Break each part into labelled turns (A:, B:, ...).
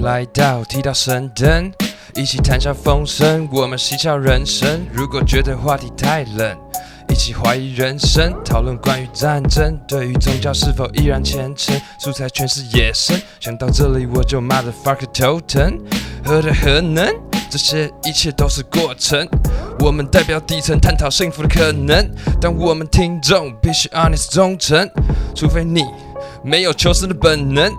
A: 来到提到神灯，一起谈笑风生，我们嬉笑人生。如果觉得话题太冷，一起怀疑人生，讨论关于战争，对于宗教是否依然虔诚，素材全是野生。想到这里我就 motherfucker 头疼，何德何能？这些一切都是过程，我们代表底层探讨幸福的可能，但我们听众必须 honest 忠诚，除非你没有求生的本能。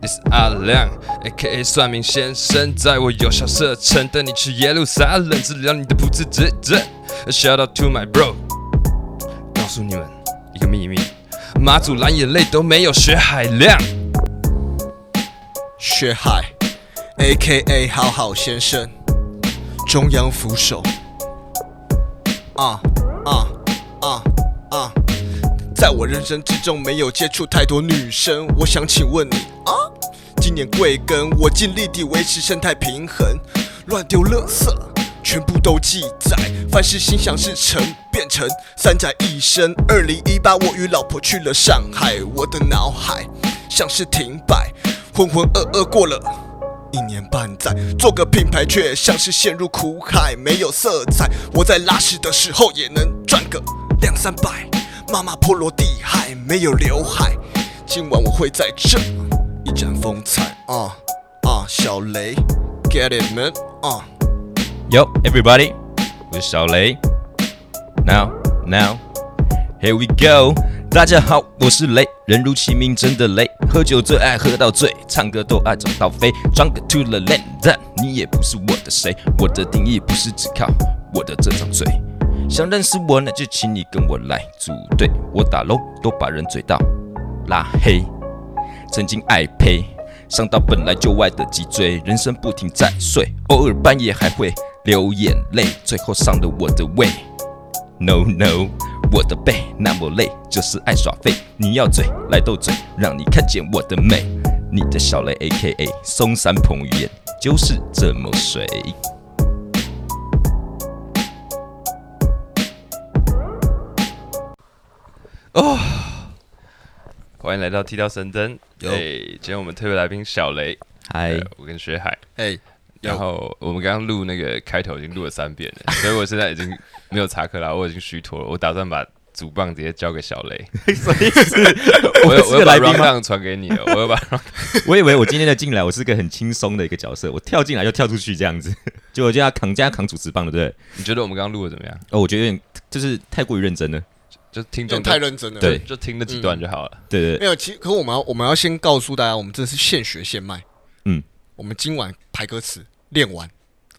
A: This 阿亮，A.K.A 算命先生，在我有效射程，带你去耶路撒冷，治疗你的不治之症。Shout out to my bro，告诉你们一个秘密，马祖蓝眼泪都没有学海量。
B: 薛海，A.K.A 好好先生，中央扶手。啊啊啊啊！在我人生之中没有接触太多女生，我想请问你啊，今年贵庚？我尽力地维持生态平衡，乱丢垃圾全部都记载，凡事心想事成。变成三宅一生。二零一八，我与老婆去了上海，我的脑海像是停摆，浑浑噩噩过了。一年半载，做个品牌却像是陷入苦海，没有色彩。我在拉屎的时候也能赚个两三百。妈妈波罗的海没有刘海，今晚我会在这一展风采啊啊！小雷，get it man 啊！
C: Yo, everybody，我是小雷。Now, now, here we go。大家好，我是雷，人如其名，真的雷。喝酒最爱喝到醉，唱歌都爱找到飞。Drunk to the land，但你也不是我的谁。我的定义不是只靠我的这张嘴。想认识我呢，就请你跟我来组队。我打喽，都把人嘴到拉黑。曾经爱呸，伤到本来就歪的脊椎，人生不停在睡，偶尔半夜还会流眼泪，最后伤了我的胃。No no，我的背那么累，就是爱耍废。你要嘴来斗嘴，让你看见我的美。你的小雷 A K A 松山彭于晏就是这么水。
A: 欢迎来到剃刀神灯。
B: Yo
A: 哎，今天我们特别来宾小雷，
C: 嗨
A: 呃，我跟学海。
B: 哎，
A: 然后我们刚刚录那个开头已经录了三遍了，所以我现在已经没有查克拉，我已经虚脱了。我打算把主棒直接交给小雷。
C: 什么意思？
A: 我有
C: 是
A: 我
C: 个
A: 有把
C: 来宾吗
A: round 传给你了，我有把 round
C: 我以为我今天的进来，我是个很轻松的一个角色，我跳进来就跳出去这样子， 就我就要扛家扛主持棒的，对不对？
A: 你觉得我们刚刚录的怎么样？
C: 哦，我觉得有点就是太过于认真了，
A: 就听
B: 有点
A: 众
B: 太认真了。
C: 对嗯
A: 就听那几段就好了。
C: 对对
B: 没有，其实可我们要我们要先告诉大家，我们这是现学现卖。
C: 嗯，
B: 我们今晚排歌词练完，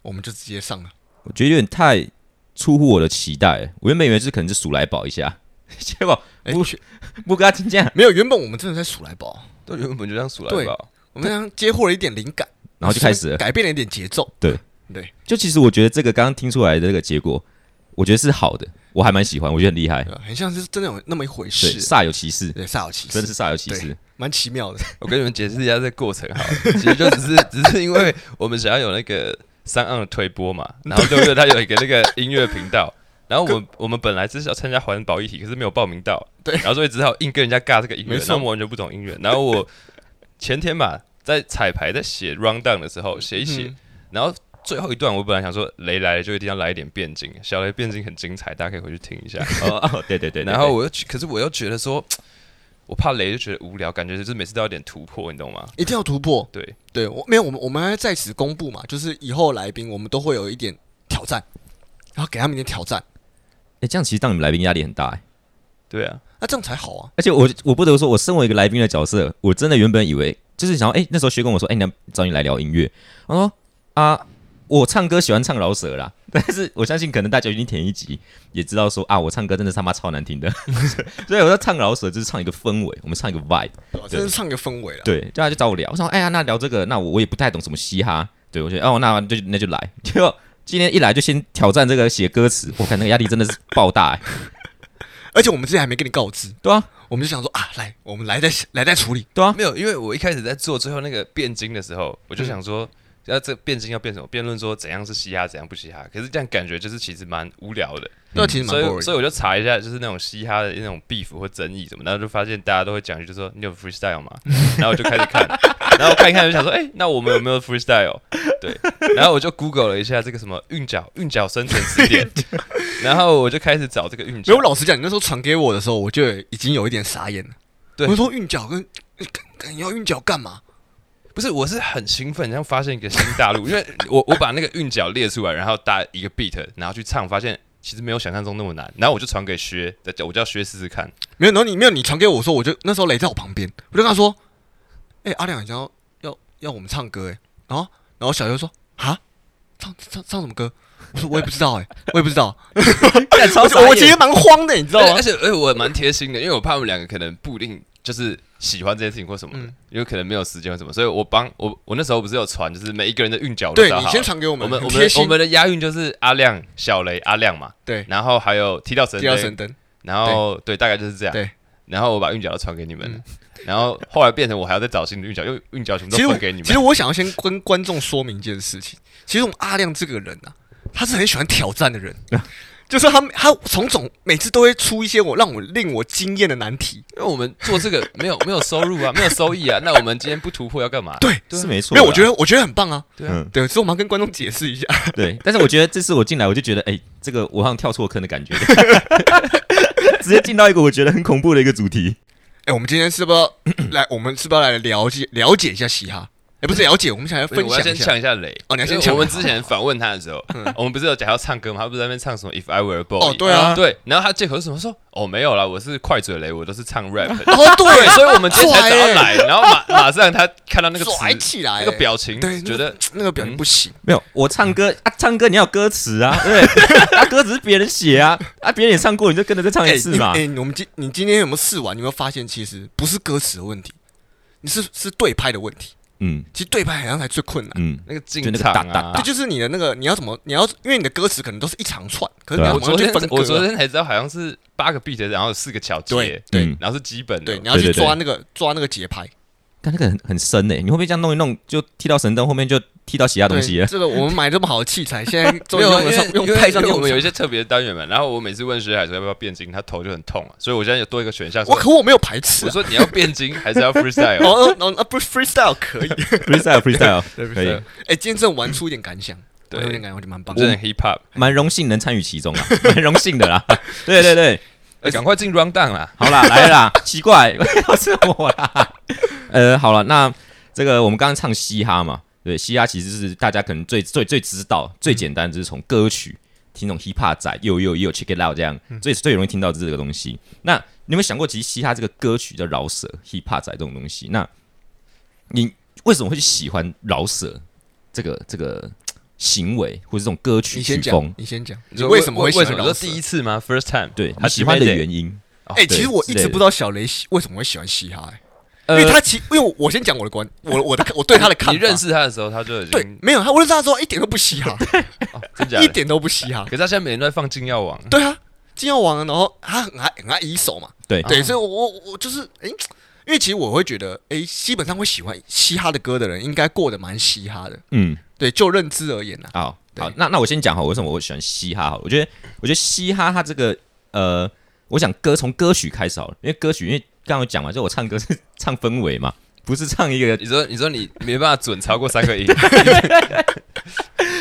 B: 我们就直接上了。
C: 我觉得有点太出乎我的期待，我原本以为是可能是数来宝一下， 结果
B: 哎、
C: 不
B: 去
C: 不跟他听见，
B: 没有，原本我们真的在数来宝，啊
A: 都原本就这样数来
B: 对
A: 吧。
B: 我们想接获了一点灵感，
C: 然后就开始了。
B: 改变了一点节奏。
C: 对
B: 对，
C: 就其实我觉得这个刚刚听出来的这个结果，我觉得是好的，我还蛮喜欢，我觉得很厉害，
A: 嗯
B: 对很像是真的有那么一回
C: 对，
B: 事。
C: 煞有其事，
B: 对，煞有其
C: 真的
B: 事，
C: 是煞有其
B: 对
C: 事。
B: 蛮奇妙的。
A: 我跟你们解释一下这个过程好了，其实就只是只是因为我们想要有那个三岸的推播嘛，然后对不对？它有一个那个音乐频道，然后我们我们本来是要参加环保议题，可是没有报名到，
B: 对
A: 然后所以只好硬跟人家尬这个音乐，
B: 没
A: 然
B: 错
A: 后我完全不懂音乐，然后我前天嘛在彩排在写 round down 的时候写一写，
B: 嗯
A: 然后。最后一段，我本来想说雷来了就一定要来一点变景，小雷变景很精彩，大家可以回去听一下。
C: 哦哦，对对 对，对
A: 然后我又觉，可是我又觉得说，我怕雷就觉得无聊，感觉就是每次都要有点突破，你懂吗？
B: 一定要突破。
A: 对，
B: 对我没有，我们我们还在此公布嘛，就是以后来宾我们都会有一点挑战，然后给他们一点挑战，
C: 哎，这样其实让你们来宾压力很大哎。
A: 对啊，
B: 那这样才好啊。
C: 而且我我不得不说，我身为一个来宾的角色，我真的原本以为就是想要，哎、那时候学跟我说，哎、你要找你来聊音乐，我说啊，我唱歌喜欢唱饶舌啦， 但是我相信可能大家已经填一集，也知道说啊，我唱歌真的他妈超难听的，所以我说唱饶舌就是唱一个氛围，我们唱一个 vibe，
B: 这是唱个氛围了。
C: 对，就他就找我聊，我说哎呀，那聊这个，那我我也不太懂什么嘻哈，对我觉得哦，那就那就来，结果今天一来就先挑战这个写歌词，我看那个压力真的是爆大、哎
B: 而且我们之前还没跟你告知，
C: 对啊，
B: 我们就想说啊，来，我们来再来再处理。
C: 对啊，嗯
A: 没有，因为我一开始在做最后那个变金的时候，我就想说，要这辩证要变什么？辩论说怎样是嘻哈，怎样不嘻哈。可是这样感觉就是其实蛮无聊的，
B: 那其实蛮
A: 所
B: boring
A: 以
B: 的。
A: 所以我就查一下，就是那种嘻哈的那种 beef 或争议什么，然后就发现大家都会讲一句说你有 freestyle 吗？ 然后我就开始看，然后我看一看就想说，哎、那我们有没有 freestyle？对，然后我就 Google 了一下这个什么韵脚韵脚生存词典，然后我就开始找这个韵
B: 没
A: 脚
B: 有，我，老实讲，你那时候传给我的时候，我就已经有一点傻眼了。
A: 对
B: 我说韵脚跟干干你要韵脚干嘛？
A: 不是，我是很兴奋，像发现一个新大陆，因为我我把那个韵脚列出来，然后搭一个 beat，然后去唱，发现其实没有想象中那么难，然后我就传给薛，我叫薛试试看。
B: 没有，然后你没有你传给我说，我就那时候雷在我旁边，我就跟他说：“哎、阿亮，你要要要我们唱歌哎、然后然后小优说：“啊，唱唱唱什么歌？”我说：“我也不知道哎、我也不知道。
C: 干超傻
B: 我我
C: 眼
B: 其实蛮慌的，你知道
A: 对，
B: 吗
A: 而？且而且我也蛮贴心的，因为我怕我们两个可能不一定就是喜欢这件事情或什么的，因为可能没有时间或什么，所以我帮我我那时候不是有传，就是每一个人的韵脚我都
B: 对
A: 找
B: 你
A: 好
B: 先
A: 了。
B: 传给我
A: 我
B: 们，
A: 们
B: 很
A: 我
B: 贴
A: 们
B: 心
A: 我们的押韵就是阿亮、小雷、阿亮嘛，
B: 对
A: 然后还有踢到神
B: 第二
A: 灯，
B: 神灯，
A: 然后对嗯大概就是这样。
B: 对，
A: 然后我把韵脚都传给你们了，然后后来变成我还要再找新的韵脚，因为韵脚全部
B: 其实
A: 都
B: 我
A: 分给你们。
B: 其实我想要先跟观众说明一件事情，其实我们阿亮这个人啊，他是很喜欢挑战的人，就是他他从总每次都会出一些我让我令我惊艳的难题。
A: 因为我们做这个没有没有收入啊，没有收益啊，那我们今天不突破要干嘛？
B: 对，
A: 对啊
C: 是没错
B: 没
C: 啦，
B: 有，我觉得我觉得很棒啊。
A: 对啊，
C: 嗯
B: 对，所以我们要跟观众解释一下，
C: 对，但是我觉得这次我进来我就觉得，哎，这个我好像跳错坑的感觉， 直接进到一个我觉得很恐怖的一个主题。
B: 哎，我们今天是不是要来？我们是不是要来了解了解一下嘻哈？哎，不是了解，我们想要分
A: 我要
B: 享
A: 先
B: 一下。
A: 呛一下雷
B: 哦你要先
A: 因为
B: 呛嗯
A: 我们之前访问他的时候， 我们不是有讲要唱歌吗？他不是在那边唱什么 If I Were a Boy？
B: 哦对啊
A: 对。然后他借口是什么？说哦没有啦，我是快嘴雷，我都是 唱 rap 的。
B: 哦，对
A: 对，， 所以我们今天才找
B: 拽
A: 他
B: 欸
A: 来，然后马马上他看到那个词，
B: 拽起来欸
A: 那个表情，
B: 对，
A: 觉
B: 那
A: 得
B: 个那个表情
A: 嗯
B: 不行。
C: 没有，我唱歌啊，唱歌你要有歌词啊，对不对， 啊歌词是别人写啊，啊别人也唱过，你就跟着再唱一次
B: 你
C: 嘛。
B: 哎，我们今你今天有没有试完？你有没有发现，其实不是歌词的问题，你是是对拍的问题。
C: 嗯
B: 其实对拍好像才最困难，
C: 嗯，
A: 那个
C: 就
A: 进
C: 那个
A: 场
C: 哒哒
A: 啊
C: 哒
B: 这。就是你的那个你要怎么你要，因为你的歌词可能都是一长串，可
C: 对
B: 是你
C: 啊
B: 要
A: 我
B: 怎么
A: 昨
B: 去
A: 天
B: 分
A: 我昨
B: 割啊？
A: 天才知道，好像是八个 beat，然后有四个小节
B: 对，对
C: 嗯
A: 然后是基本的
B: 对，你。要去
C: 对对对
B: 抓那个抓那个节拍。
C: 但那个很很深欸诶、你会不会这样弄一弄就踢到神灯，后面就踢到其他东西
B: 对，
C: 了？
B: 这个我们买这么好的器材， 现在终于
A: 没有
B: 用
A: 因
B: 得
A: 为
B: 上，用
A: 因为
B: 派上
A: 因为我
B: 用
A: 们有一
B: 场。
A: 些特别单元嘛。然后我每次问薛海说要不要变金，他头就很痛啊。所以我现在有多一个选项，
B: 我
A: 说
B: 可我没有排斥
A: 我
B: 啊。
A: 说你要变金还是 要 freestyle？
B: 哦哦哦，啊不 freestyle 可以。
C: freestyle freestyle 可以，
B: 哎，今天真的玩出一点感想，
A: 对
B: 玩出一点感想，我觉得蛮棒
A: 真的
B: 的。
A: hip hop，
C: 蛮荣幸能参与其中啊，蛮荣幸的啦。 对对对，
A: 哎赶快进 round down 啦！
C: 好啦，来啦，奇怪，又是我啦。呃，好了，那这个我们刚刚唱嘻哈嘛，对，嘻哈其实是大家可能最最最知道、最简单，就是从歌曲听那种 hip hop 仔，又又又 check it out 这样，最最容易听到这个东西。那你有没有想过，其实嘻哈这个歌曲叫饶舌 hip hop 仔这种东西，那你为什么会去喜欢饶舌这个这个行为，或者这种歌曲
B: 你
C: 曲
B: 先讲
C: 风，？
B: 你先讲，你
A: 就
B: 为什么会喜
A: 为
B: 欢
A: 什么
B: 饶
A: 说
B: 舌
A: 第一次吗？First time，
C: 对，
A: 他
C: 你喜欢的原因，哦
B: 哎、其
C: 对
B: 实我一
C: 之类
B: 直
C: 的
B: 不知道小雷喜为什么会喜欢嘻哈、欸，
A: 呃
B: 因为他其因为我我先讲我的观，我我的我对他的看法。
A: 你认？识他的时候，他就已
B: 对
A: 经，
B: 没有他，我认识他之后一点都不嘻哈，
A: 哦真假的
B: 一。点都不嘻哈
A: 可。是他现在每天都在放禁药王，
B: 对啊，金耀王，然后他很爱很爱移手嘛，
C: 对
B: 对，所以我我我就是哎、因为其实我会觉得，哎、基本上会喜欢嘻哈的歌的人，应该过得蛮嘻哈的。
C: 嗯。
B: 对，就认知而言啊，
C: 好，
B: 对
C: 好，那那我先讲好，为什么我喜欢嘻哈？好了，我觉得，我觉得嘻哈它这个，呃，我想歌从歌曲开始好了，因为歌曲，因为刚刚有讲嘛，就我唱歌是唱氛围嘛， 不是唱一个，
A: 你说你说你没办法准超过三个音，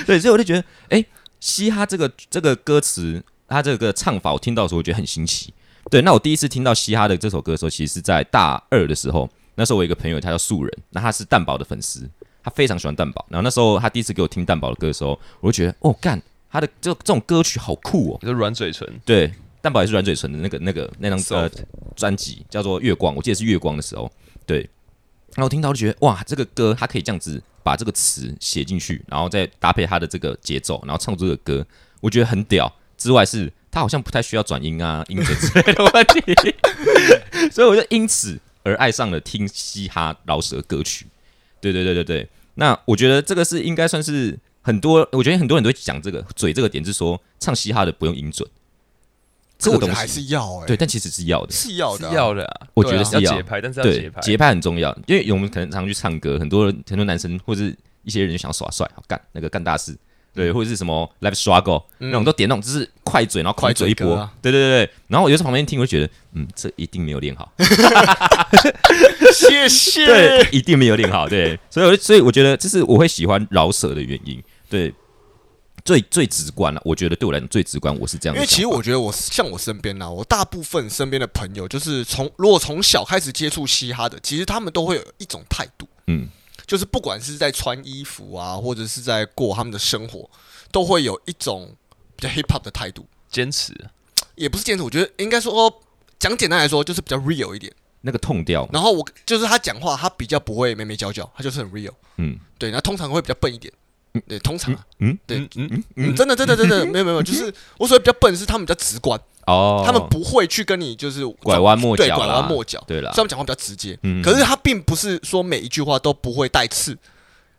C: 对，所以我就觉得，哎，嘻哈这个这个歌词，它这个唱法，我听到的时候，我觉得很新奇。对，那我第一次听到嘻哈的这首歌的时候，其实是在大二的时候，那时候我有一个朋友，他叫素人，那他是蛋堡的粉丝，他非常喜欢蛋堡。然后那时候他第一次给我听蛋堡的歌的时候，我就觉得，哦，干，他的这这种歌曲好酷哦。
A: 你说软嘴唇，
C: 对，蛋堡也是软嘴唇的那个那个那张呃
A: Soft
C: 专辑叫做《月光》，我记得是《月光》的时候，对。然后我听到就觉得哇，这个歌它可以这样子把这个词写进去，然后再搭配它的这个节奏，然后唱出这个歌，我觉得很屌。之外是它好像不太需要转音啊、音准之类的问题，所以我就因此而爱上了听嘻哈饶舌歌曲。对对对对对，那我觉得这个是应该算是很多，我觉得很多人都会讲这个嘴这个点，是说唱嘻哈的不用音准，这
B: 可
C: 个
B: 我觉
C: 东
B: 得
C: 西
B: 还是要哎、
C: 对，但其实是要的，
B: 是要的、
A: 是。要的啊，
C: 我觉得是
A: 要
C: 要
A: 节。拍，但是要
C: 对
A: 节，拍，
C: 节拍很重要，因为我们可能常去唱歌，很多人很多男生或是一些人就想耍帅，好干那个干大事，
B: 嗯
C: 对，或者是什么 live struggle、那种都点那种，就是快嘴，然后快嘴一
B: 快
C: 波，
B: 嘴歌啊
C: 对对对对。然后我就在旁边听，我就觉得，嗯，这一定没有练好，
B: 谢谢。
C: 对，一定没有练好，对。 所以我就所以我觉得这是我会喜欢饶舌的原因，对。最最直观了、啊我觉得对我来讲最直观，我是这样
B: 因
C: 的想法。
B: 为其实我觉得我像我身边啊，我大部分身边的朋友，就是从如果从小开始接触嘻哈的，其实他们都会有一种态度，
C: 嗯，
B: 就是不管是在穿衣服啊，或者是在过他们的生活，都会有一种比较 hip hop 的态度，
D: 坚持，
B: 也不是坚持，我觉得应该说哦讲简单来说，就是比较 real 一点。
C: 那个痛调，
B: 然后我就是他讲话，他比较不会眉眉角角，他就是很 real。
C: 嗯
B: 对，那通常会比较笨一点。对，通常、啊，
C: 嗯，
B: 对
C: 嗯嗯嗯
B: 嗯，真的，真的，真的，没有，没 有，没有就是我所谓比较笨，是他们比较直观，
C: 哦，
B: 他们不会去跟你就是
C: 拐弯抹角
B: 对，
C: 啦，
B: 拐弯抹角，
C: 对啦
B: 所以他们讲话比较直接。
C: 嗯
B: 可是他并不是说每一句话都不会带刺，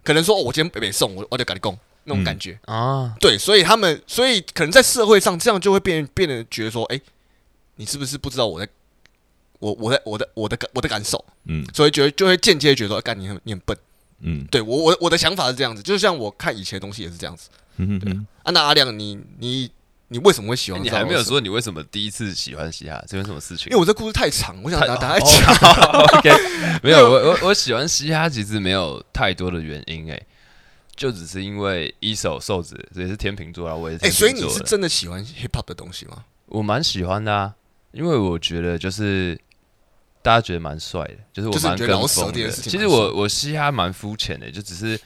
B: 可能说、哦我今天北北送我，我就跟你讲
C: 嗯
B: 那种感觉。
D: 啊，
B: 对，所以他们，所以可能在社会上这样就会变变得觉得说，哎、你是不是不知道我在，我我在我的我的感我的感受，
C: 嗯
B: 所以觉得就会间接地觉得说，干你很你很笨。
C: 嗯
B: 对我我我的想法是这样子，就像我看以前的东西也是这样子。
C: 嗯嗯，
B: 啊，那阿亮，你你你为什么会喜欢？
A: 哎你还没有，说你为什么第一次喜欢嘻哈，是因为什么事情？
B: 因为我这故事太长，我 想打打在
A: 哦
B: 讲。
A: 哦 OK，没有，我我我喜欢嘻哈其实没有太多的原因诶、就只是因为一手瘦子也是天秤座啊，我也是
B: 哎、
A: 天
B: 所以
A: 秤
B: 你
A: 座
B: 是
A: 的，
B: 真的喜欢 hip hop 的东西吗？
A: 我蛮喜欢的啊，因为我觉得就是大家觉得蛮帅的，就是我
B: 就是你
A: 蛮
B: 觉
A: 跟
B: 得饶舌
A: 风
B: 这件
A: 的。
B: 事情
A: 其实
B: 蛮
A: 我我嘻哈蛮肤浅的，就只是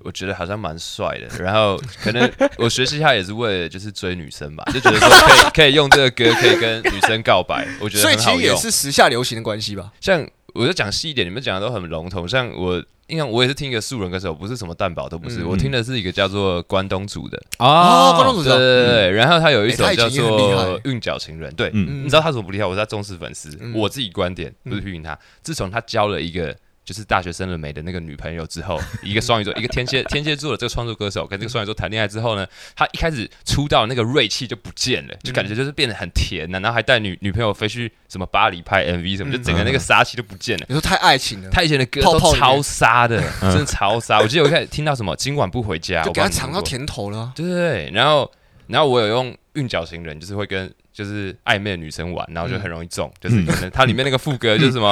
A: 我觉得好像蛮帅的，然后 可能我学嘻哈也是为了就是追女生吧，就觉得说可以 可以用这个歌可以跟女生告白，我觉得
B: 所以
A: 很
B: 其
A: 好
B: 实也
A: 用。
B: 是时下流行的关系吧。
A: 像我就讲细一点，你们讲的都很笼统。像我印象，我也是听一个素人歌手，不是什么蛋堡，都不是。
B: 嗯
A: 我听的是一个叫做关东煮的，
B: 哦，观众
A: 对
B: 组
A: 对
B: 长，
A: 对对。然后他有一首
B: 哎他以前
A: 叫
B: 也很厉害
A: 做《韵脚情人》，对，
C: 嗯
A: 你知道他怎么不厉害？我是他忠实粉丝，
B: 嗯
A: 我自己观点不是批评他。自从他交了一个就是大学生了没的那个女朋友之后，一个双鱼座，一个天蝎天蝎座的这个创作歌手跟这个双鱼座谈恋爱之后呢，他一开始出道那个锐气就不见了，就感
B: 嗯
A: 觉就是变得很甜呐、然后还带女女朋友飞去什么巴黎拍 MV 什么，就整个那个杀气就不见了。
B: 你说太爱情了，
A: 他以前的
B: 嗯
A: 歌
B: 泡
A: 都
B: 泡里面
A: 超杀的，真的超杀。我记得我一开始听到什么今晚不回家，
B: 就
A: 我
B: 给
A: 帮
B: 他
A: 你
B: 尝
A: 听
B: 到
A: 过
B: 甜头了啊。
A: 对对对，然后然后我有用韵脚情人，就是会跟就是暧昧的女生玩，然后就很容易中，
C: 嗯
A: 就是可能它里面那个副歌就是什么，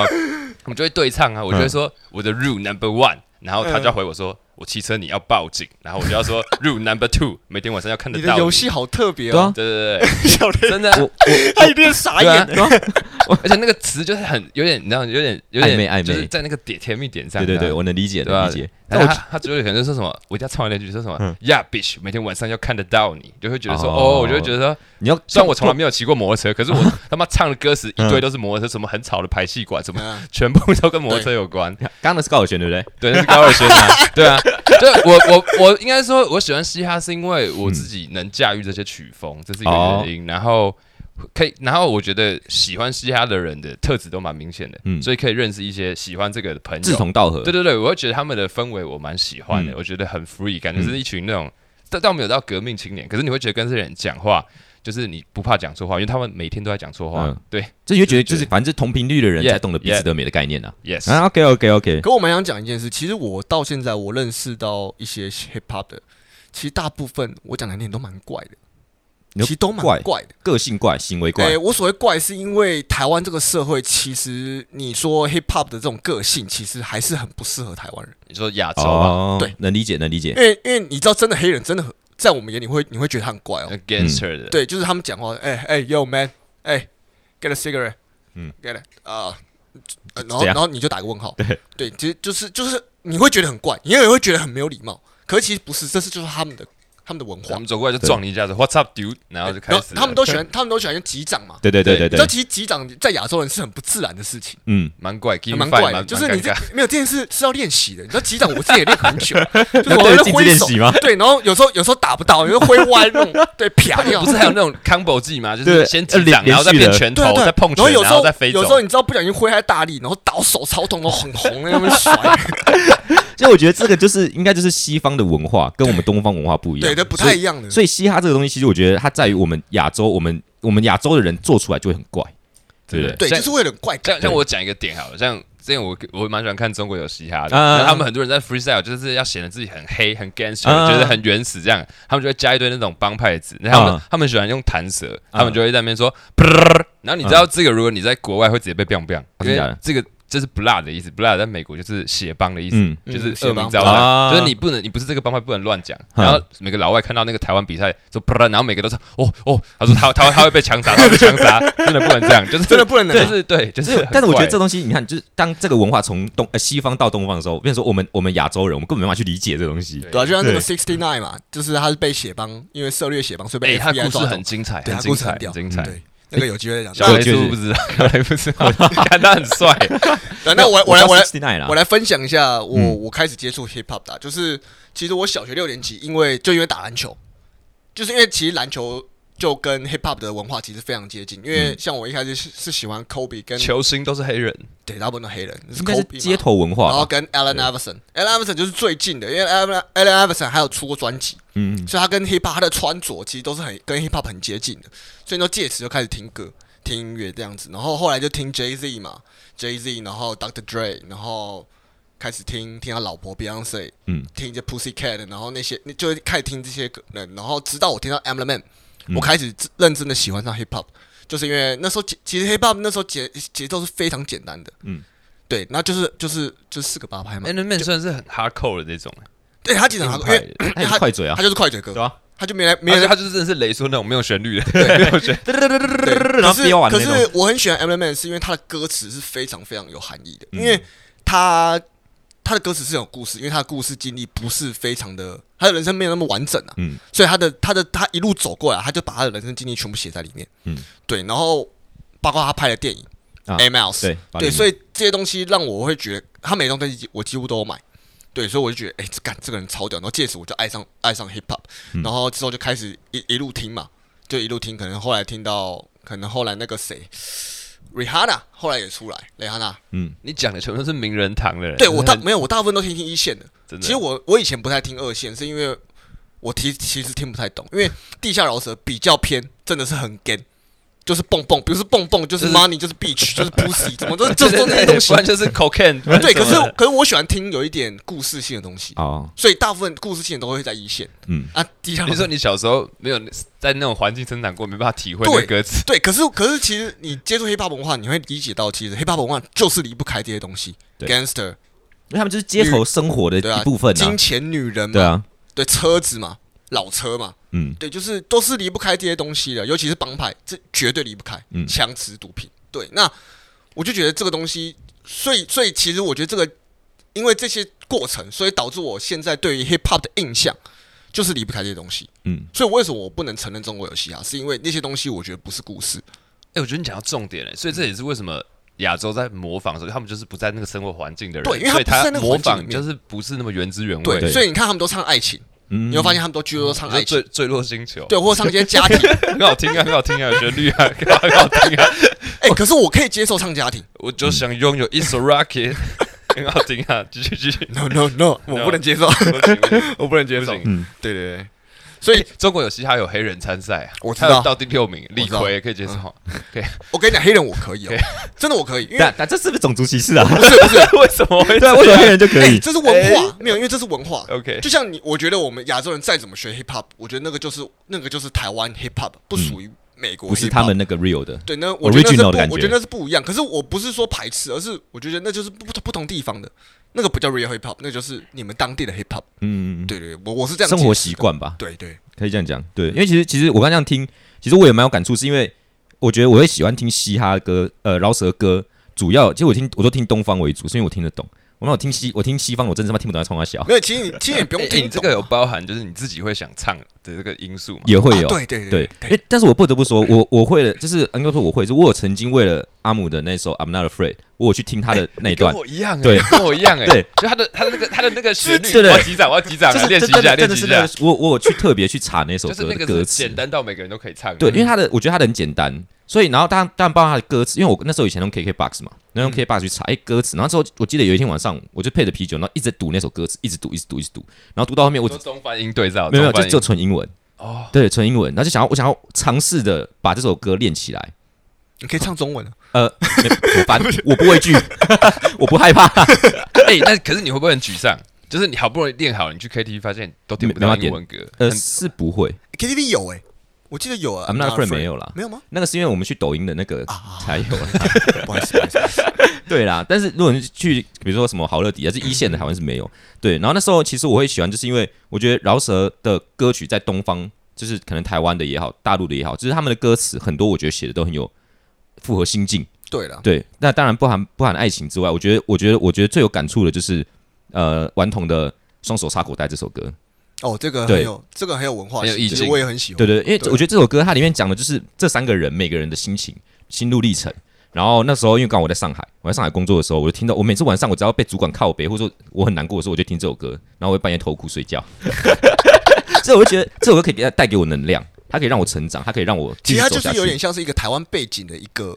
A: 我们就会对唱啊，我
C: 嗯
A: 就会说我的 rule number one，然后他
B: 嗯
A: 就要回我说。我骑车你要报警，然后我就要说 rule number two，每天晚上要看得
B: 你的
A: 到你
B: 游，戏好特别
C: 对啊
B: 哦，
A: 对对对
B: 小
A: 对，
B: 雷，
A: 真的啊，
B: 他一定傻
A: 对啊
B: 眼。，
A: 而且那个词就是很有点，你知道，有点有
C: 暧昧暧昧
A: 点，就是在那个点甜蜜点上，
C: 对对
A: 你知道
C: 对，我能理解，
A: 对吧
B: 啊
C: 能理解。
A: 但
C: 但
A: 他
C: 我
A: 他最后可能就说什么，我一定要唱完那句说什么
C: 嗯
A: ，Yeah bitch，每天晚上要看得到你，就会觉得说，
C: 哦
A: 哦，我就会觉得说，
C: 你要
A: 虽然我从来没有骑过摩托车，可是我他妈唱的歌词一堆都是摩托车，什么很吵的排气管，什么
B: 嗯
A: 全部都跟摩托车有关。
C: 刚刚的是高尔宣对不对？
A: 对，那是高尔宣啊，对啊，就我我我应该说，我喜欢嘻哈是因为我自己能驾驭这些曲风，这是一个
C: 哦
A: 原因。然后可以，然后我觉得喜欢嘻哈的人的特质都蛮明显的，
C: 嗯
A: 所以可以认识一些喜欢这个的朋友，
C: 志同道合，
A: 对对对，我会觉得他们的氛围我蛮喜欢的，
C: 嗯
A: 我觉得很 free，感觉是一群那种，但但我没有到革命青年，可是你会觉得跟这些人讲话，就是你不怕讲错话，因为他们每天都在讲错话。
C: 嗯
A: 对
C: 这就觉得就是反正同频率的人
A: Yeah，
C: 才懂得彼此的美的概 念啊。
A: ，yes，、
C: 啊，OK OK OK，
B: 可我蛮想讲一件事，其实我到现在我认识到一些 hip hop 的，其实大部分我讲难听点都蛮怪的，
C: 你说
B: 其实都蛮
C: 怪
B: 怪的。
C: 个性怪，行为怪
B: 对，，哎我所谓怪，是因为台湾这个社会，其实你说 hip hop 的这种个性，其实还是很不适合台湾人。
A: 你说亚洲吧、
B: 啊对，
C: 哦能理解能理解
B: 因。为因为你知道，真的黑人真的很在我们眼里会，你会觉得他很怪哦。
A: a g a i n s t e r 的，
C: 嗯
B: 对，就是他们讲话，哎哎，Yo man，哎，get a cigarette，
C: 嗯
B: 嗯，get it 啊、呃然后
C: 这样
B: 然后你就打个问号，对对，其实就是就是你会觉得很怪，你也会觉得很没有礼貌，可是其实不是，这是就是他们的他们的文
A: 我
B: 化
A: 们，走过来就撞你一下子，What's up, dude？然后就开
B: 然后
A: 始了，
B: 他们都喜欢他们都喜欢击掌嘛，
C: 对对对对
B: 你知道
C: 对，
B: 其实击掌在亚洲人是很不自然的事情。
C: 嗯，
A: 蛮怪，给你
B: 蛮
A: 犯
B: 怪的，
A: 蛮
B: 就是
A: 蛮
B: 你
A: 尴
B: 这
A: 尬
B: 没有这件事是要练习的。你知道击掌，我自己也练很 久，就是
C: 要
B: 我
C: 对着
B: 在
C: 镜子
B: 挥
C: 练
B: 手
C: 习吗？
B: 对，然后有时候有时候打不到，有时候挥歪那种，对，啪那
A: 他们
B: 种
A: 不。是还有那 种 combo 技吗？就是
C: 对
A: 先击
C: 要
A: 掌，
C: 连
A: 然后再
C: 连续
A: 变
C: 的
A: 拳
B: 对啊
A: 头，
B: 对啊
A: 再碰
B: 然后
A: 拳，
B: 有
A: 然
B: 时
A: 后
B: 候
A: 再飞
B: 有时
A: 走
B: 候。你知道不小心挥太大力，然后打我手超痛，然后很红，那边
A: 啊
B: 甩。
C: 所以我觉得这个就是应该就是西方的文化跟我们东方文化不一样，
B: 对，这不
C: 所以
B: 太一样的。
C: 所以嘻哈这个东西，其实我觉得它在于我们亚洲，我们我们亚洲的人做出来就会很怪，对不对？
B: 对，
A: 像
B: 就是会有点怪
A: 像
B: 感。
A: 像我讲一个点好了，像之前我我蛮喜欢看中国有嘻哈的，
C: 啊
A: 然后他们很多人在 freestyle 就是要显得自己很黑、很 gangster，、
C: 啊
A: 觉得很原始这样，他们就会加一堆那种帮派的字，然后他们、
C: 啊
A: 他们喜欢用弹舌，
C: 啊
A: 他们就会在那边说，brrr，然后你知道这个如果你在国外会直接被 biang biang，、
C: 啊
A: 因
C: 真的假
A: 为
C: 的
A: 这个。这是 blood 的意思，blood 在美国就是血帮的意思，
C: 嗯
A: 就是
B: 嗯
A: 恶
B: 血
A: 名
B: 帮
A: 昭彰，
C: 啊
A: 就是你不能，你不是这个帮派不能乱讲。
C: 嗯
A: 然后每个老外看到那个台湾比赛，就 b 然后每个都说哦哦，他说他他他会被强杀，他会被 强杀，真的不能这样，就是
B: 真的不能
A: 对，
B: 拿
A: 就是 对，就是
C: 是
A: 很，
C: 但是我觉得这
A: 怪
C: 东西，你看，就是当这个文化从东呃西方到东方的时候，变成说我们我们亚洲人，我们根本没办法去理解这东西。
A: 对
B: 对啊，就像那个
C: 对
B: Sixty Nine 嘛，就是他是被血帮，因为涉猎血帮，所以
A: 哎、
B: 被
A: 他
B: FBI
A: 故事
B: 抓走
A: 很。精彩，
B: 对
A: 很
B: 他
A: 精
B: 故事
A: 彩
B: 很，屌，嗯
A: 精彩。
B: 对，那个有机会再
A: 小
B: 讲。
C: 对
A: 雷
C: 就是
A: 是不知道，小雷不知道，看他 很帅，
B: 对，那我来我来我来
C: 69啦
A: 啊
B: 我来分享一下我、
C: 嗯
B: 我开始接触 hip hop 的啊、就是其实我小学六年级，因为就因为打篮球，就是因为其实篮球就跟 hip hop 的文化其实非常接近，因
A: 嗯
B: 为像我一开始是是喜欢 Kobe 跟
A: 球星都是黑人，
B: 对大部分都黑人，是
C: 应该是
B: Kobe 嘛哦
C: 街头文
B: 然
C: 化
B: 后
C: 吧。
B: 跟 Allen Iverson，Allen Iverson 就是最近的，因为 Allen Allen Iverson 还有出过专辑，
C: 嗯，
B: 所以他跟 hip hop 他的穿着其实都是很跟 hip hop 很接近的，所以就借此就开始听歌、听音乐这样子。然后后来就听 Jay Z 嘛，Jay Z，然后 Dr. Dre，然后开始听听他老婆 Beyonce，
C: 嗯，
B: 听一些 Pussy Cat，然后那些你就开始听这些歌人，然后直到我听到 a m l e Man，、
C: 嗯
B: 我开始认真的喜欢上 hip hop，就是因为那时候节其实 hip hop 那时候节节奏是非常简单的，
C: 嗯
B: 嗯。对，那就是就是就是四个八拍嘛
A: 哎，。那面算是很 hardcore 的那种，
B: 对他其实很好，因为
A: 的，
C: 那也是快嘴啊
B: 他，就是快嘴歌，
C: 对啊，
B: 他就没来没
A: 没有，
B: 人
A: 他就是真的是雷说那种没有旋律的，
B: 对
C: 然后飙完的那
B: 可是
C: 种
B: 可是我很喜欢 M M N，是因为他的歌词是非常非常有含义的，
C: 嗯
B: 因为他他的歌词是有故事，因为他的故事经历不是非常的，他的人生没有那么完整啊，
C: 嗯
B: 所以他的他的他一路走过来，他就把他的人生经历全部写在里面，
C: 嗯
B: 对，然后包括他拍的电影
C: 啊
B: 《A Mouse》，
C: 对
B: 对，所
C: 以
B: 以这些东西让我会觉得，他每张专辑我几乎都有买，对，所以我就觉得，哎、这干这个人超屌，然后借此我就爱上爱上 hip hop，、
C: 嗯
B: 然后之后就开始一一路听嘛，就一路听，可能后来听到，可能后来那个谁，Rihanna 后来也出来，Rihanna，
C: 嗯
A: 你讲的全部都是名人堂的人，
B: 对我
A: 真的
B: 大
A: 哎很
B: 没有，我大部分都听听一线的，
A: 真的，
B: 其实我我以前不太听二线，是因为我其其实听不太懂，因为地下饶舌比较偏，真的是很 gay。就是蹦蹦，比如说蹦蹦，就是 money，就是 beach，就是 pussy，怎么都
A: 对
B: 就是 都
A: 对
B: 那些
A: 对
B: 东西
A: 不。然就是 cocaine，不然
B: 对，可
A: 什么
B: 是可是我喜欢听有一点故事性的东西，
C: 哦
B: 所以大部分故事性的都会在一线
C: 嗯
B: 啊。地下
A: 你说你小时候没有在那种环境生长过，没办法体会那个
B: 对
A: 歌 词，
B: 对，可是可是其实你接触 hip hop 文化，你会理解到，其实 hip hop 文化就是离不开这些东西
C: 对
B: ，gangster
C: 因为他们就是街头生活的
B: 对啊
C: 一部，分啊
B: 金，钱、女人
C: 对
B: 嘛，
C: 啊，
B: 对车子嘛，老车嘛，
C: 嗯
B: 对，就是都是离不开这些东西的，尤其是帮派，这绝对离不开
C: 嗯，
B: 枪支、毒品。对，那我就觉得这个东西，所以所以其实我觉得这个，因为这些过程，所以导致我现在对于 hip hop 的印象就是离不开这些东西。
C: 嗯，
B: 所以为什么我不能承认中国有嘻哈？是因为那些东西我觉得不是故事。
A: 哎、我觉得你讲到重点了，所以这也是为什么亚洲在模仿的时候，他们就是不在那个生活环境的人，
B: 对因为他
A: 所
B: 不在
A: 以
B: 那个
A: 模
B: 环境里
A: 仿
B: 面
A: 就是不是那么原汁原味。
B: 对，嗯所以你看他们都唱爱情，
C: 嗯
B: 你会发现他们都居多都
A: 我
B: 唱
A: 觉得
B: 爱情
A: 坠，坠落星球，
B: 对，或者唱一些家 庭。
A: 很好听啊，很好听啊，有旋律啊，很好很好听啊，
B: 哎，可是我可以接受唱家庭。
A: 我就想拥有一首 rocket，很好听啊，继续继续，
B: No no no，我不能接受，
A: 不行不行
B: 我不能接
A: 不
B: 受。
A: 行。
B: 对对对， 所以
A: 中国有嘻哈有黑人参赛啊，
B: 我知
A: 他有
B: 道
A: 到第六名，
B: 知
A: 李
B: 道嗯
A: 逵也可以接受啊。
B: 我跟你讲，黑人我可以哦
A: 对，
B: 真的我可以，因为
C: 但但这是不是种族歧 视啊？
B: 不是不是，
A: 为什么会
C: 对啊，为什么黑人就可
B: 哎，
C: 以？
B: 这是文化，没有，因为这是文化。
A: ？OK，
B: 就像你，我觉得我们亚洲人再怎么学 hip hop，我觉得那个就是那个就是台湾 hip hop，不属于美国
C: 嗯
B: hip hop，
C: 不是他们那个 real 的，
B: 对，那我觉得那是
C: original 的感
B: 不，
C: 觉
B: 我觉得那是不一样。可是我不是说排斥，而是我觉得那就是不不同地方的，那个不叫 real hip hop，那就是你们当地的 hip hop。
C: 嗯，
B: 对对，对我我是这样
C: 生活
B: 解释
C: 习
B: 的。
C: 惯吧，
B: 对对，
C: 可以这样讲，对，因为其实其实我刚这样听，其实我也蛮有感触，是因为我觉得我会喜欢听嘻哈歌，呃，饶舌歌，主要其实我听我都听东方为主，是因为我听得懂。我那我听西我听西方，我真的他妈听不懂在冲他 笑，
B: 没有，其实你其实也不
A: 哎
B: 用
A: 哎
B: 听
A: 你这
B: 懂
A: 个有
B: 啊
A: 包含就是你自己会想唱的这个因素吗？
C: 也会有、
B: 对对
C: 哦对
B: 对，
C: 因为但是我不得不说，我我会了，就是应该说我会，是我有曾经为了阿姆的那首《I'm Not Afraid》，我有去听他的那一段
A: 哎跟，我一样、欸，
C: 对
A: 跟我一样、欸，
C: 对，
A: 就他的他的那个他的那个旋律，
C: 对对
A: 我要击掌，我要击掌
C: 就
A: 啊，
C: 是
A: 练习一
C: 真
A: 下，
C: 的
A: 练
C: 真
A: 习
C: 的
A: 一
C: 是那
A: 下
C: 个，，我我有去特别去查那首
A: 就是
C: 歌
A: 那
C: 的
A: 个
C: 歌
A: 是
C: 词
A: 简，单到每个人都可以唱的，
C: 对，因为他的我觉得他的很简单，所以然后当当然包括他的歌词，因为我那时候以前用 KKBox 嘛，然后用 KKBox 去查哎、歌词，然后之后我记得有一天晚上我就配着啤酒，然后一直读那首歌词，一直读一直读一直读，然后读到后面我
A: 我
C: 只
A: 说中翻英对照，
C: 没有没有
A: 中
C: 就
A: 翻英
C: 就纯英文，
A: 哦，
C: 对纯英文，然后就想要我想要尝试的把这首歌练起来，
B: 你可以唱中文啊，
C: 呃，没 怎么办？我不畏惧， 我不害怕，
A: 哎、那可是你会不会很沮丧？就是你好不容易练好，你去 KTV 发现都点不
C: 没
A: 到
C: 办法
A: 英文歌，
C: 呃，
A: 很
C: 是不会。
B: KTV 有哎、我记得有啊。
C: I'm not afraid 没有啦，
B: 没有吗？
C: 那个是因为我们去抖音的那个
B: 啊
C: 才有啦。
B: 不好意思，不好意思。
C: 对啦，但是如果你去，比如说什么好乐迪啊，是一线的，好像是没有。对，然后那时候其实我会喜欢，就是因为我觉得饶舌的歌曲在东方，就是可能台湾的也好，大陆的也好，就是他们的歌词很多，我觉得写的都很有符合心境。
B: 对了，
C: 对，那当然不含不含爱情之外，我觉得我觉得我觉得最有感触的就是呃，顽童的《双手插口袋》这首歌。
B: 哦，这个很
C: 对
B: 有，这个很有文化
A: 很有
B: 性，
A: 意
B: 其实
A: 境
B: 我也很喜欢。
C: 对对，对因为
B: 对
C: 我觉得这首歌它里面讲的就是这三个人每个人的心情、心路历程。然后那时候因为刚好我在上海，我在上海工作的时候，我就听到我每次晚上我只要被主管靠背，或者说我很难过的时候，我就听这首歌，然后我会半夜偷哭睡觉。所以我就觉得这首歌可以给带给我能量，它可以让我成长，它可以让我继
B: 其
C: 续
B: 实它
C: 走
B: 就
C: 下
B: 是
C: 去。
B: 有点像是一个台湾背景的一个，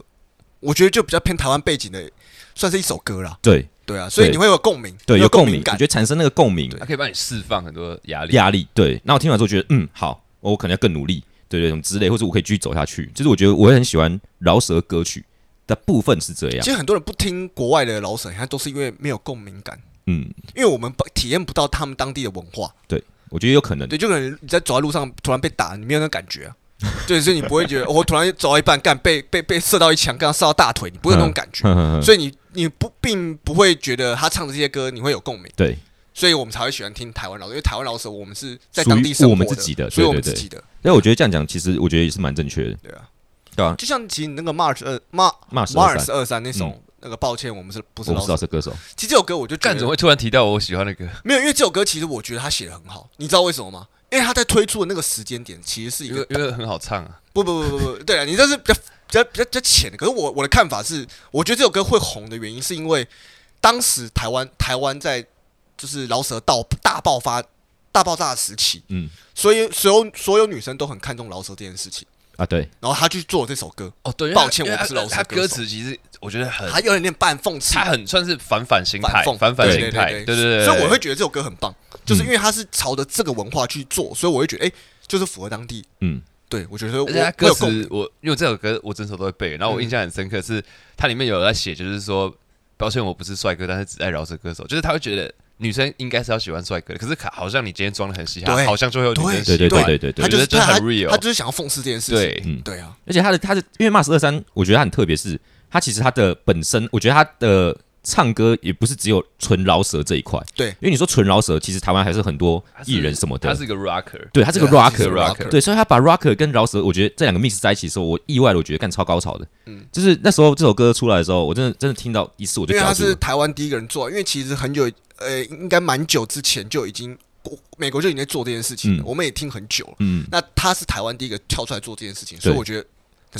B: 我觉得就比较偏台湾背景的，算是一首歌啦。
C: 对
B: 对啊，所以你会有共鸣，
C: 对
B: 会
C: 有共
B: 共
C: 鸣，我
B: 感
C: 觉。得产生那个共鸣
B: 对
A: 它可以帮你释放很多压力。
C: 压力。对，那我听完之后觉得嗯好，我可能要更努力，对对什么之类，或者我可以继续走下去。就是我觉得我会很喜欢饶舌歌曲的部分是这样
B: 其，实很多人不听国外的老舍，他都是因为没有共鸣感，
C: 嗯，
B: 因为我们不体验不到他们当地的文化。
C: 我觉得有可能。
B: 对，就可能你在走在路上突然被打，你没有那感觉啊。对，所以你不会觉得、哦我突然走到一半，干被被被射到一枪，刚射到大腿，你不会
C: 嗯
B: 有那种感觉。
C: 哼哼哼
B: 所以你你不并不会觉得他唱的这些歌你会有共鸣，
C: 对，
B: 所以我们才会喜欢听台湾老歌，因为台湾老歌我们是在
C: 属于
B: 当地生活
C: 我们自己的
B: 所以我们
C: 对
B: 自
C: 对对
B: 己的，
C: 但我觉得这样讲，其实我觉得也是蛮正确的。
B: 对啊，
C: 对啊
B: 就像其实那个 March 二 Mar
C: Mars 二
B: Mars
C: 三，
B: 二三那首那个抱歉，我们是不是
C: 我不
B: 老
C: 知道
B: 手？
C: 是歌手，
B: 其实这首歌我就觉
A: 干怎
B: 得
A: 么会突然提到我喜欢的歌？
B: 没有，因为这首歌其实我觉得他写的很好，你知道为什么吗？因为他在推出的那个时间点其实是一
A: 因
B: 个
A: 为因为很好唱啊，
B: 不不不不不，对啊，你这是比较比较比较比较浅的。可是我我的看法是，我觉得这首歌会红的原因是因为当时台湾台湾在就是老舍到大爆发大爆炸的时期，
C: 嗯
B: 所以所有所有女生都很看重老舍这件事情，
C: 啊，对，
B: 然后他去做这首歌，
A: 哦，对，
B: 抱歉
A: 因为
B: 我不是
A: 他
B: 饶舌
A: 他
B: 歌手
A: 歌词其实我觉得很，
B: 他有点点半讽刺
A: 他。很算是反反心态
B: 反，讽
A: 反反
B: 对
A: 心
B: 对
A: 态，
B: 对
A: 对对对。对嗯
B: 所以我会觉得这首歌很棒，就是因为他是朝着这个文化去做，所以我会觉得，哎、就是符合当地。
C: 嗯，
B: 对，我觉得我
A: 而且他
B: 我
A: 歌
B: 有共鸣
A: 词，我因为这首歌我整首都会背，然后我印象很深刻是，它里面有在写，就是说，抱歉我不是帅哥，但是只爱饶舌歌手，就是他会觉得女生应该是要喜欢帅哥的，可是好像你今天装的很嘻哈，
B: 对
A: 好像就会有女生
C: 对
A: 喜
C: 对对
A: 欢，
C: 对对
B: 他
C: 对，
B: 就是
A: 我觉得这
B: 他
A: 很 real
B: 他就是想要讽刺这件事情。
A: 对
C: 嗯，
B: 对啊，
C: 而且他的他是因为 Mars 二三，我觉得他很特别，是他其实他的本身，我觉得他的唱歌也不是只有纯饶舌这一块，
B: 对
C: 因为你说纯饶舌，其实台湾还是很多
A: 他是
C: 艺人什么的，
A: 他是一个 rocker，
C: 对他是个
B: 对啊他是
C: rocker，
B: 个 rocker
C: 对，所以他把 rocker 跟饶舌，我觉得这两个 mix 在一起的时候，我意外的我觉得干超高潮的，嗯，就是那时候这首歌出来的时候，我真的真的听到一次我就
B: 因为
C: 抓
B: 他
C: 住
B: 是
C: 了，
B: 台湾第一个人做，因为其实很久，呃，应该蛮久之前就已经，国美国就已经在做这件事情了，
C: 嗯
B: 我们也听很久了。
C: 嗯，
B: 那他是台湾第一个跳出来做这件事情，所以
C: 对
B: 我觉得很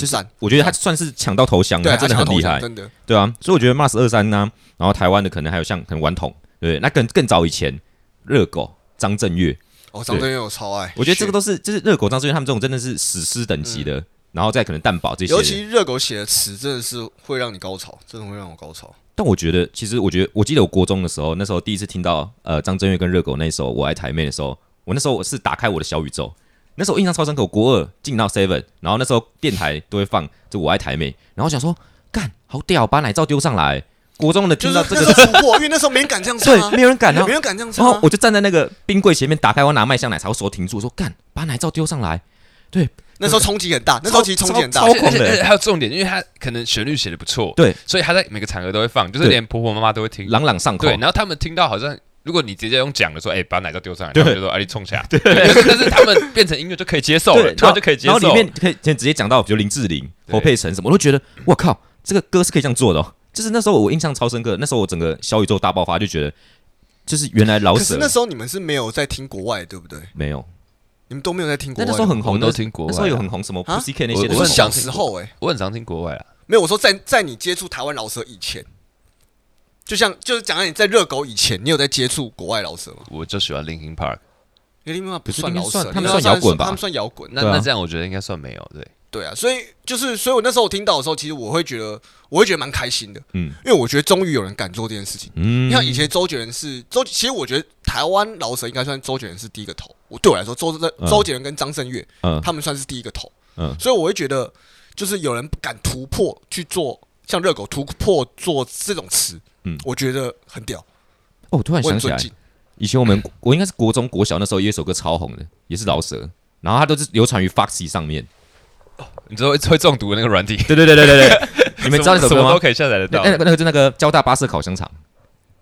C: 就是
B: 赞。
C: 我觉得他算是抢到头香了，
B: 对
C: 嗯
B: 啊，
C: 他真的
B: 他抢
C: 很
B: 到头
C: 厉
B: 奖
C: 害，
B: 真的。
C: 对啊，所以我觉得 Mars 二三呢，然后台湾的可能还有像可能顽童，对不对，那更更早以前热狗张震岳。
B: 哦，张震岳我超爱，
C: 我觉得这个
B: 都，
C: 都是就是热狗张志远他们这种真的是史诗等级的，然后再可能蛋堡这些
B: 嗯尤
C: 人。
B: 其热狗写的词真的是会让你高潮，真的会让我高 潮。
C: 但我觉得，其实我觉得，我记得我国中的时候，那时候第一次听到呃张震岳跟热狗那首《我爱台妹》的时候，我那时候我是打开我的小宇宙，那时候我印象超深刻。我国二进到 Seven，然后那时候电台都会放这《我爱台妹》，然后我想说，干好屌，把奶罩丢上来。国中的听
B: 就是
C: 到这
B: 那
C: 个，
B: 时候突破，因为那时候没人敢这样唱啊
C: 对，，没有人敢，然后
B: 没人 敢这样
C: 然
B: 唱
C: 后
B: 啊
C: 我。就站在那个冰柜前面，打开我要拿麦香奶茶，我手停住，我说干，把奶罩丢上来。
A: 哦
B: 那时候冲击很大，那时候其实冲击很
C: 嗯
B: 大
C: 超。超
A: 而且
C: 疯
A: 而且
C: 的
A: 而且还有重点，因为他可能旋律写的不错，
C: 对，
A: 所以他在每个场合都会放，就是
C: 对
A: 连婆婆妈妈都会听，
C: 朗朗上口
A: 对，，然后他们听到好像。如果你直接用讲的说，哎、把奶罩丢上来，
C: 对
A: 他们就说，哎、你冲下。对，但是他们变成音乐就可以接受
C: 对，
A: 了，突然就可以接受
C: 然
A: 了。
C: 后里面可以直接讲到，比如林志玲、
A: 对
C: 侯佩岑什么，我都觉得我靠，这个歌是可以这样做的、哦。就是那时候我印象超深刻，那时候我整个小宇宙大爆发，就觉得就是原来老
B: 可是
C: 舍
B: 那时候你们是没有在听国外，对不对？
C: 没有，
B: 你们都没有在听国
C: 但那
B: 外的。
C: 时候很红
A: 我
C: 的，
A: 都听国外
C: 那时候有很红什么
B: 啊
C: Pussy Cat 那些的，
B: 我
A: 我
B: 是
A: 很
B: 小
A: 想
B: 时候哎、
A: 我很常听国外
C: 哦
A: 啊，
B: 没有，我说在在你接触台湾老舌以前，就像就是讲到你在热狗以前，你有在接触国外老舌吗？
A: 我就喜欢 Linkin
C: 啊
A: Park。
B: 因为另外不
C: 可是
B: 算
C: 那
B: 老
C: 边
B: 舌，
C: 算他们
B: 因为
C: 算摇滚吧
B: 他们算摇滚。
A: 那、
C: 对啊
A: 那这样我觉得应该算没有对。
B: 对啊，所以就是，所以我那时候我听到的时候，其实我会觉得，我会觉得蛮开心的，
C: 嗯
B: 因为我觉得终于有人敢做这件事情。
C: 嗯
B: 你看以前周杰伦是周，其实我觉得台湾老舌应该算周杰伦是第一个头。我对我来说，周周
C: 嗯
B: 周杰伦跟张震岳
C: 嗯
B: 他们算是第一个头，
C: 嗯
B: 所以我会觉得就是有人敢突破去做，像热狗突破做这种词，
C: 嗯
B: 我觉得很屌，
C: 哦，我突然
B: 我
C: 想
B: 很
C: 起
B: 尊
C: 来，
B: 敬。
C: 以前我们我应该是国中、国小那时候，有一首歌超红的，也是饶舌，然后它都是流传于 Foxy 上面。
A: 你知道会会中毒的那个软体，
C: 对对对对对对， 你们知道那首歌
A: 什么什么
C: 吗哎
A: 都？可以下载得
C: 那
A: 到。
C: 那那个就那个交大巴士烤香肠，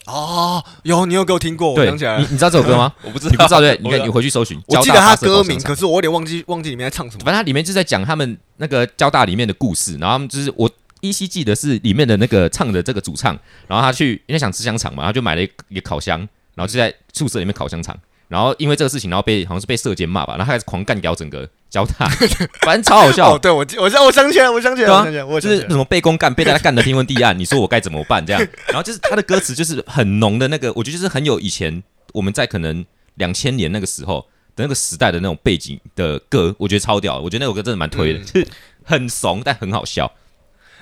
B: 哦，有你有给我听过，我
C: 对，
B: 哦想起来
C: 你
B: 了
C: 你，知道这首歌 吗？
A: 我不知道，
C: 你不知道对？你
A: 我
C: 看你回去搜寻，
B: 我
C: 交
B: 记
C: 大
B: 得
C: 巴
B: 他
C: 士烤
B: 歌
C: 香
B: 名，
C: 肠
B: 可是我有点忘记忘记里面在唱什么。
C: 反正它里面就是在讲他们那个交大里面的故事，然后他们就是我依稀记得是里面的那个唱的这个主唱，然后他去因为想吃香肠嘛，他就买了一个一个烤箱，然后就在宿舍里面烤香肠，然后因为这个事情，然后被好像是被社监骂吧，然后他开始狂干掉整个交大， 反正超好笑
B: 哦，。对，我记我想我想起来，我想起来，
C: 对啊
B: 我想起来，我
C: 就
B: 想起
C: 是
B: 来
C: 什么被公干，被大家干的天昏地暗，你说我该怎么办？这 样，然后就是他的歌词就是很浓的那个，我觉得就是很有以前我们在可能两千年那个时候的那个时代的那种背景的歌，我觉得超屌，我觉得那首歌真的蛮推的，
B: 嗯
C: 就是很怂但很好笑。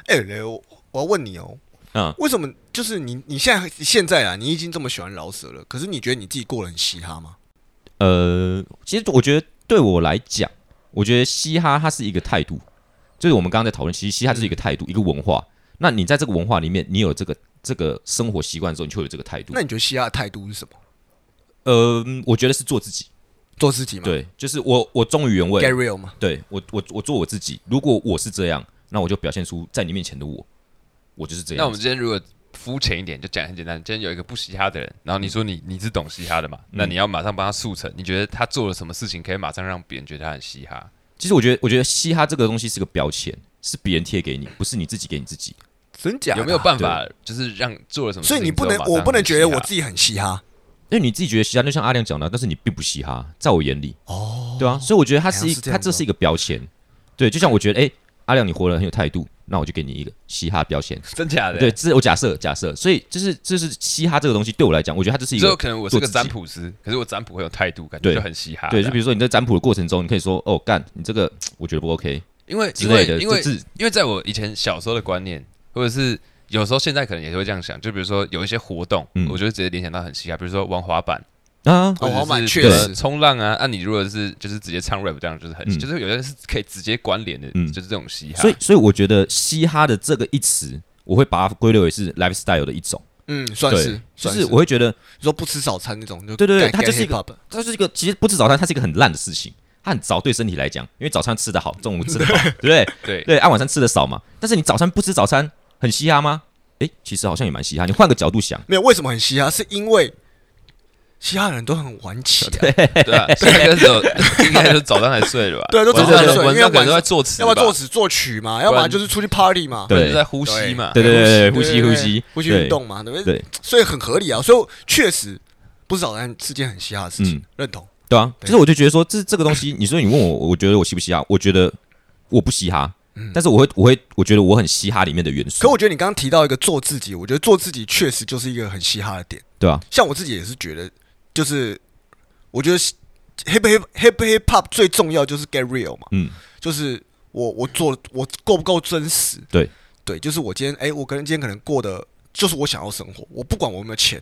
B: 哎、雷我我要问你哦，
C: 嗯，
B: 为什么就是你你现在现在啊，你已经这么喜欢饶舌了，可是你觉得你自己过得很嘻哈吗？
C: 呃，其实我觉得对我来讲，我觉得嘻哈它是一个态度，就是我们刚刚在讨论，其实嘻哈就是一个态度，一个文化。那你在这个文化里面，你有这个这个生活习惯之后，你就会有这个态度
B: 那。你觉得嘻哈的态度是什么？
C: 呃，我觉得是做自己。
B: 做自己吗？
C: 对，就是我我忠于原位，
B: ，get real 吗？
C: 对我我我做我自己。如果我是这样，那我就表现出在你面前的我，我就是这样子。
A: 那我们今天如果肤浅一点，就讲很简单。今天有一个不嘻哈的人，然后你说你你是懂嘻哈的嘛？
C: 嗯
A: 那你要马上帮他速成，你觉得他做了什么事情可以马上让别人觉得他很嘻哈？
C: 其实我觉得，我觉得嘻哈这个东西是个标签，是别人贴给你，不是你自己给你自己。
B: 真假的啊
A: 有没有？办法就是让做了什么事
B: 所以
A: 情
B: 你
A: 之后
B: 不
A: 马
B: 能
A: 上很嘻哈？，
B: 我不能觉得我自己很嘻哈
C: 因为你自己觉得嘻哈，就像阿亮讲的，但是你并不嘻哈，在我眼里，哦，对啊，所以我觉得它是一，
B: 好像是这
C: 它
B: 样
C: 这
A: 哦
C: 是一个标签，对，就像我觉得，哎、阿亮你活得很有态度，那我就给你一个嘻哈标签，
A: 真假的
C: 对，这是我假设假设，所以就是就是嘻哈这个东西对我来讲，我觉得它就是一
A: 之后
C: 个
A: 可能我是
C: 做
A: 个
C: 自己
A: 占卜师，可是我占卜很有态度，感觉
C: 对
A: 就很嘻
B: 啊
A: 哈。
C: 对，就比如说你在占卜的过程中，你可以说，哦，干，你这个我觉得不 OK
A: 因为
C: 之
A: 因
C: 类
A: 为
C: 的，
A: 因为
C: 这是
A: 因为在我以前小时候的观念，或者是有时候现在可能也会这样想，就比如说有一些活动，
C: 嗯
A: 我就会直接联想到很嘻哈，比如说玩滑板，
C: 啊，
B: 哦滑板
A: 或者是
B: 确实
A: 对冲浪啊。那、你如果是就是直接唱 rap 这样，就是很、
C: 嗯
A: 就是有些是可以直接关联的，
C: 嗯
A: 就是这种嘻哈。
C: 所以所以我觉得嘻哈的这个一词，我会把它归类为是 lifestyle 的一种，
B: 嗯，算
C: 对
B: 是，，
C: 就
B: 算
C: 是我会觉得
B: 你说不吃早餐那种，就
C: 对对对
B: get-
C: 它就是一
B: get
C: 个
B: hip-hop
C: 它是一个其实不吃早餐，它是一个很烂的事情。它很早对身体来讲，因为早餐吃得好，中午吃得 好，对不对？
A: 对，
C: 对，按、啊晚上吃的少嘛。但是你早餐不吃早餐，很嘻哈吗？诶，其实好像也蛮嘻哈。你换个角度想，
B: 没有为什么很嘻哈，是因为嘻哈人都很晚起、啊，
A: 对啊，现在开始有 应该就早上才睡了吧？
B: 对啊都
A: 晚
C: 早上
A: 上
C: 睡
A: 晚
B: 因为
A: 上可
B: 晚
A: 能都
B: 上
A: 在作词
B: 要
A: 吧，
B: 么作词作曲嘛，要
A: 不
B: 么
A: 然
B: 就是出去 party 嘛，
A: 不然就
C: 对
A: 在呼吸嘛。
C: 对对对对，呼
B: 呼
C: 吸
B: 吸
C: 呼吸，
B: 呼吸
C: 对
B: 运，动嘛，对不对
C: 对？
B: 所以很合理啊，所以我确实不是早餐是件很嘻哈的事情
C: 嗯，
B: 认同。
C: 对啊。
B: 对
C: 就是我就觉得说，这这个东西，你说你问我，我觉得我嘻不嘻哈？我觉得我不嘻哈，但是我会我会我觉得我很嘻哈里面的元
B: 可
C: 素，
B: 我觉得你刚刚提到一个做自己，我觉得做自己确实就是一个很嘻哈的点。
C: 对啊，
B: 像我自己也是觉得，就是我觉得 hip hip hip hip hop 最重要就是 get real 嘛，
C: 嗯，
B: 就是我我做我够不够真实？
C: 对
B: 对，就是我今天哎、我可能今天可能过的就是我想要生活，我不管我有没有钱，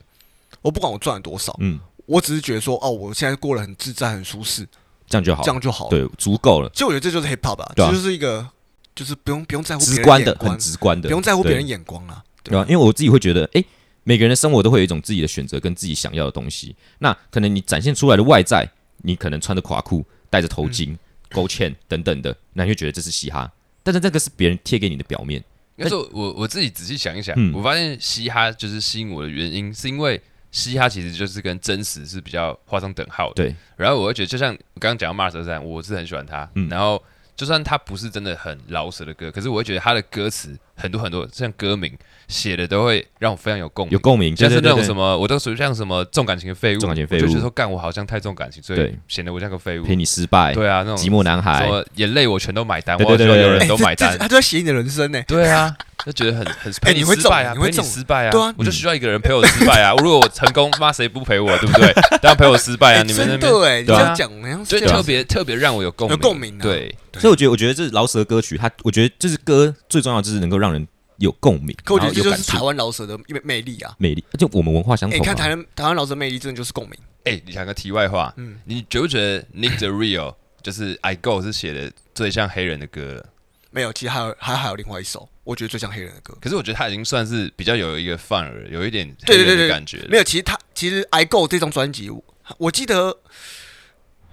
B: 我不管我赚了多少，
C: 嗯，
B: 我只是觉得说哦，我现在过得很自在、很舒适，
C: 这样就好，
B: 这样就好了。
C: 对，足够了，
B: 其实我觉得这就是 hip hop 啊，
C: 对啊
B: 这就是一个就是不用不用在乎别
C: 直
B: 人
C: 观
B: 眼
C: 的，
B: 光啊
C: 很直观的，
B: 不用在乎别
C: 对
B: 人眼光啊啦。
C: 对吧、因为我自己会觉得，诶，每个人的生活都会有一种自己的选择跟自己想要的东西。那可能你展现出来的外在，你可能穿着垮裤、戴着头巾、勾芡等等的，那你会觉得这是嘻哈。但是这个是别人贴给你的表面，
A: 但是我我自己仔细想一想，
C: 嗯
A: 我发现嘻哈就是吸引我的原因，是因为嘻哈其实就是跟真实是比较画上等号的。
C: 对，
A: 然后我会觉得，就像我刚刚讲到 Mars 站，我是很喜欢他。
C: 嗯
A: 然后就算他不是真的很老舍的歌，可是我会觉得他的歌词很多很多，像歌名写的都会让我非常有共鸣
C: 有。共鸣，
A: 像
C: 对
A: 是
C: 对
A: 那种
C: 对
A: 什么，我都属于像什么重感情的废物，
C: 重感情废物
A: 我就觉得说干我好像太重感情，所以
C: 对
A: 显得我像个废物
C: 对。陪你失败，
A: 对啊，那种
C: 寂寞男
A: 什
C: 孩，
A: 么眼泪我全都买单，
C: 对
A: 我
C: 对
A: 希
C: 对
A: 望
C: 对
A: 有
C: 对
A: 人
B: 哎
A: 都
B: 这
A: 买
B: 这
A: 单。
B: 他就在写你的人生呢、
A: 对啊，就觉得很很陪
B: 哎你会
A: 失败啊，
B: 中你会
A: 陪你
B: 中
A: 失败啊，
B: 对啊
A: 我就需要一个人陪我失 败啊。如果我成功，妈谁不陪我，对不对？当然陪我失败啊，
B: 哎
A: 你们那
B: 真
A: 边
B: 的哎、你
A: 对
B: 这
A: 啊
B: 样讲，好像
A: 就是
B: 这
A: 特
B: 样
A: 别特别让我有共鸣，
B: 有共鸣啊
A: 对，
B: 对
C: 所以我觉得，我觉得这是饶舌歌曲，它我觉得就是歌最重要就是能够让人有共鸣，
B: 可我觉得
C: 然后
B: 这
C: 有
B: 就
C: 感
B: 是台
C: 触，
B: 湾饶舌的魅魅力啊！
C: 美丽，就我们文化相啊
A: 嗯
B: 哎、
C: 同
B: 你看
C: 嘛
B: 台，湾台湾饶舌魅力真的就是共鸣，
A: 哎，你讲个题外话，
B: 嗯
A: 你觉不觉得 Nick the Real 就是 I Go 是写的最像黑人的歌了？
B: 没有，其实还有还还有另外一首，我觉得最像黑人的歌。
A: 可是我觉得他已经算是比较有一个范儿，有一点
B: 对对对
A: 黑人的
B: 对，
A: 感觉了。
B: 没有，其实他其实《I Go》这张专辑，我我记得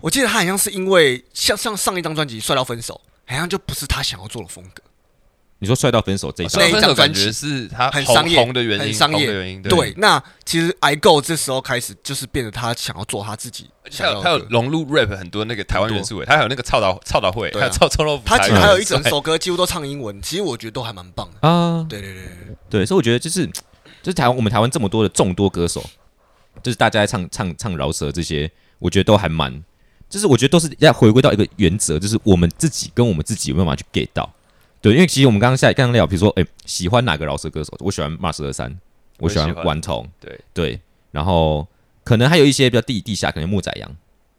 B: 我记得他好像是因为像像上一张专辑《帅到分手》，好像就不是他想要做的风格。
C: 你说帅到分手这一
A: 所
C: 张
B: 那
A: 以
B: 一
A: 分
B: 张
A: 手感
B: 专辑
A: 觉是他
B: 很
A: 红
B: 商业
A: 红啊的原因，
B: 很商业
A: 红的原因。
B: 对，那其实《I Go》这时候开始就是变得他想要做他自己
A: 而且
B: 想
A: 还
B: 要
A: 有还有
B: 的歌。
A: 融入 rap 很多那个台湾元素，哎，他还有那个操导操导会，
B: 对啊
A: 还有操臭豆腐
B: 他
A: 台
B: 其
A: 语，
B: 实还有一
A: 种
B: 整首歌几乎都唱英文，其实我觉得都还蛮棒的。
C: 啊，
B: 对对对对
C: 对，所以我觉得就是就是台湾我们台湾这么多的众多歌手，就是大家在唱唱唱饶舌这些，我觉得都还蛮，就是我觉得都是要回归到一个原则，就是我们自己跟我们自己有没有办法去 get 到。对，因为其实我们刚刚下刚刚聊，比如说，哎、喜欢哪个饶舌歌手？我喜欢 Mars 二三，我
A: 我也
C: 喜欢
A: 喜欢
C: 顽童，
A: 对
C: 对，然后可能还有一些比较地地下，可能木仔羊，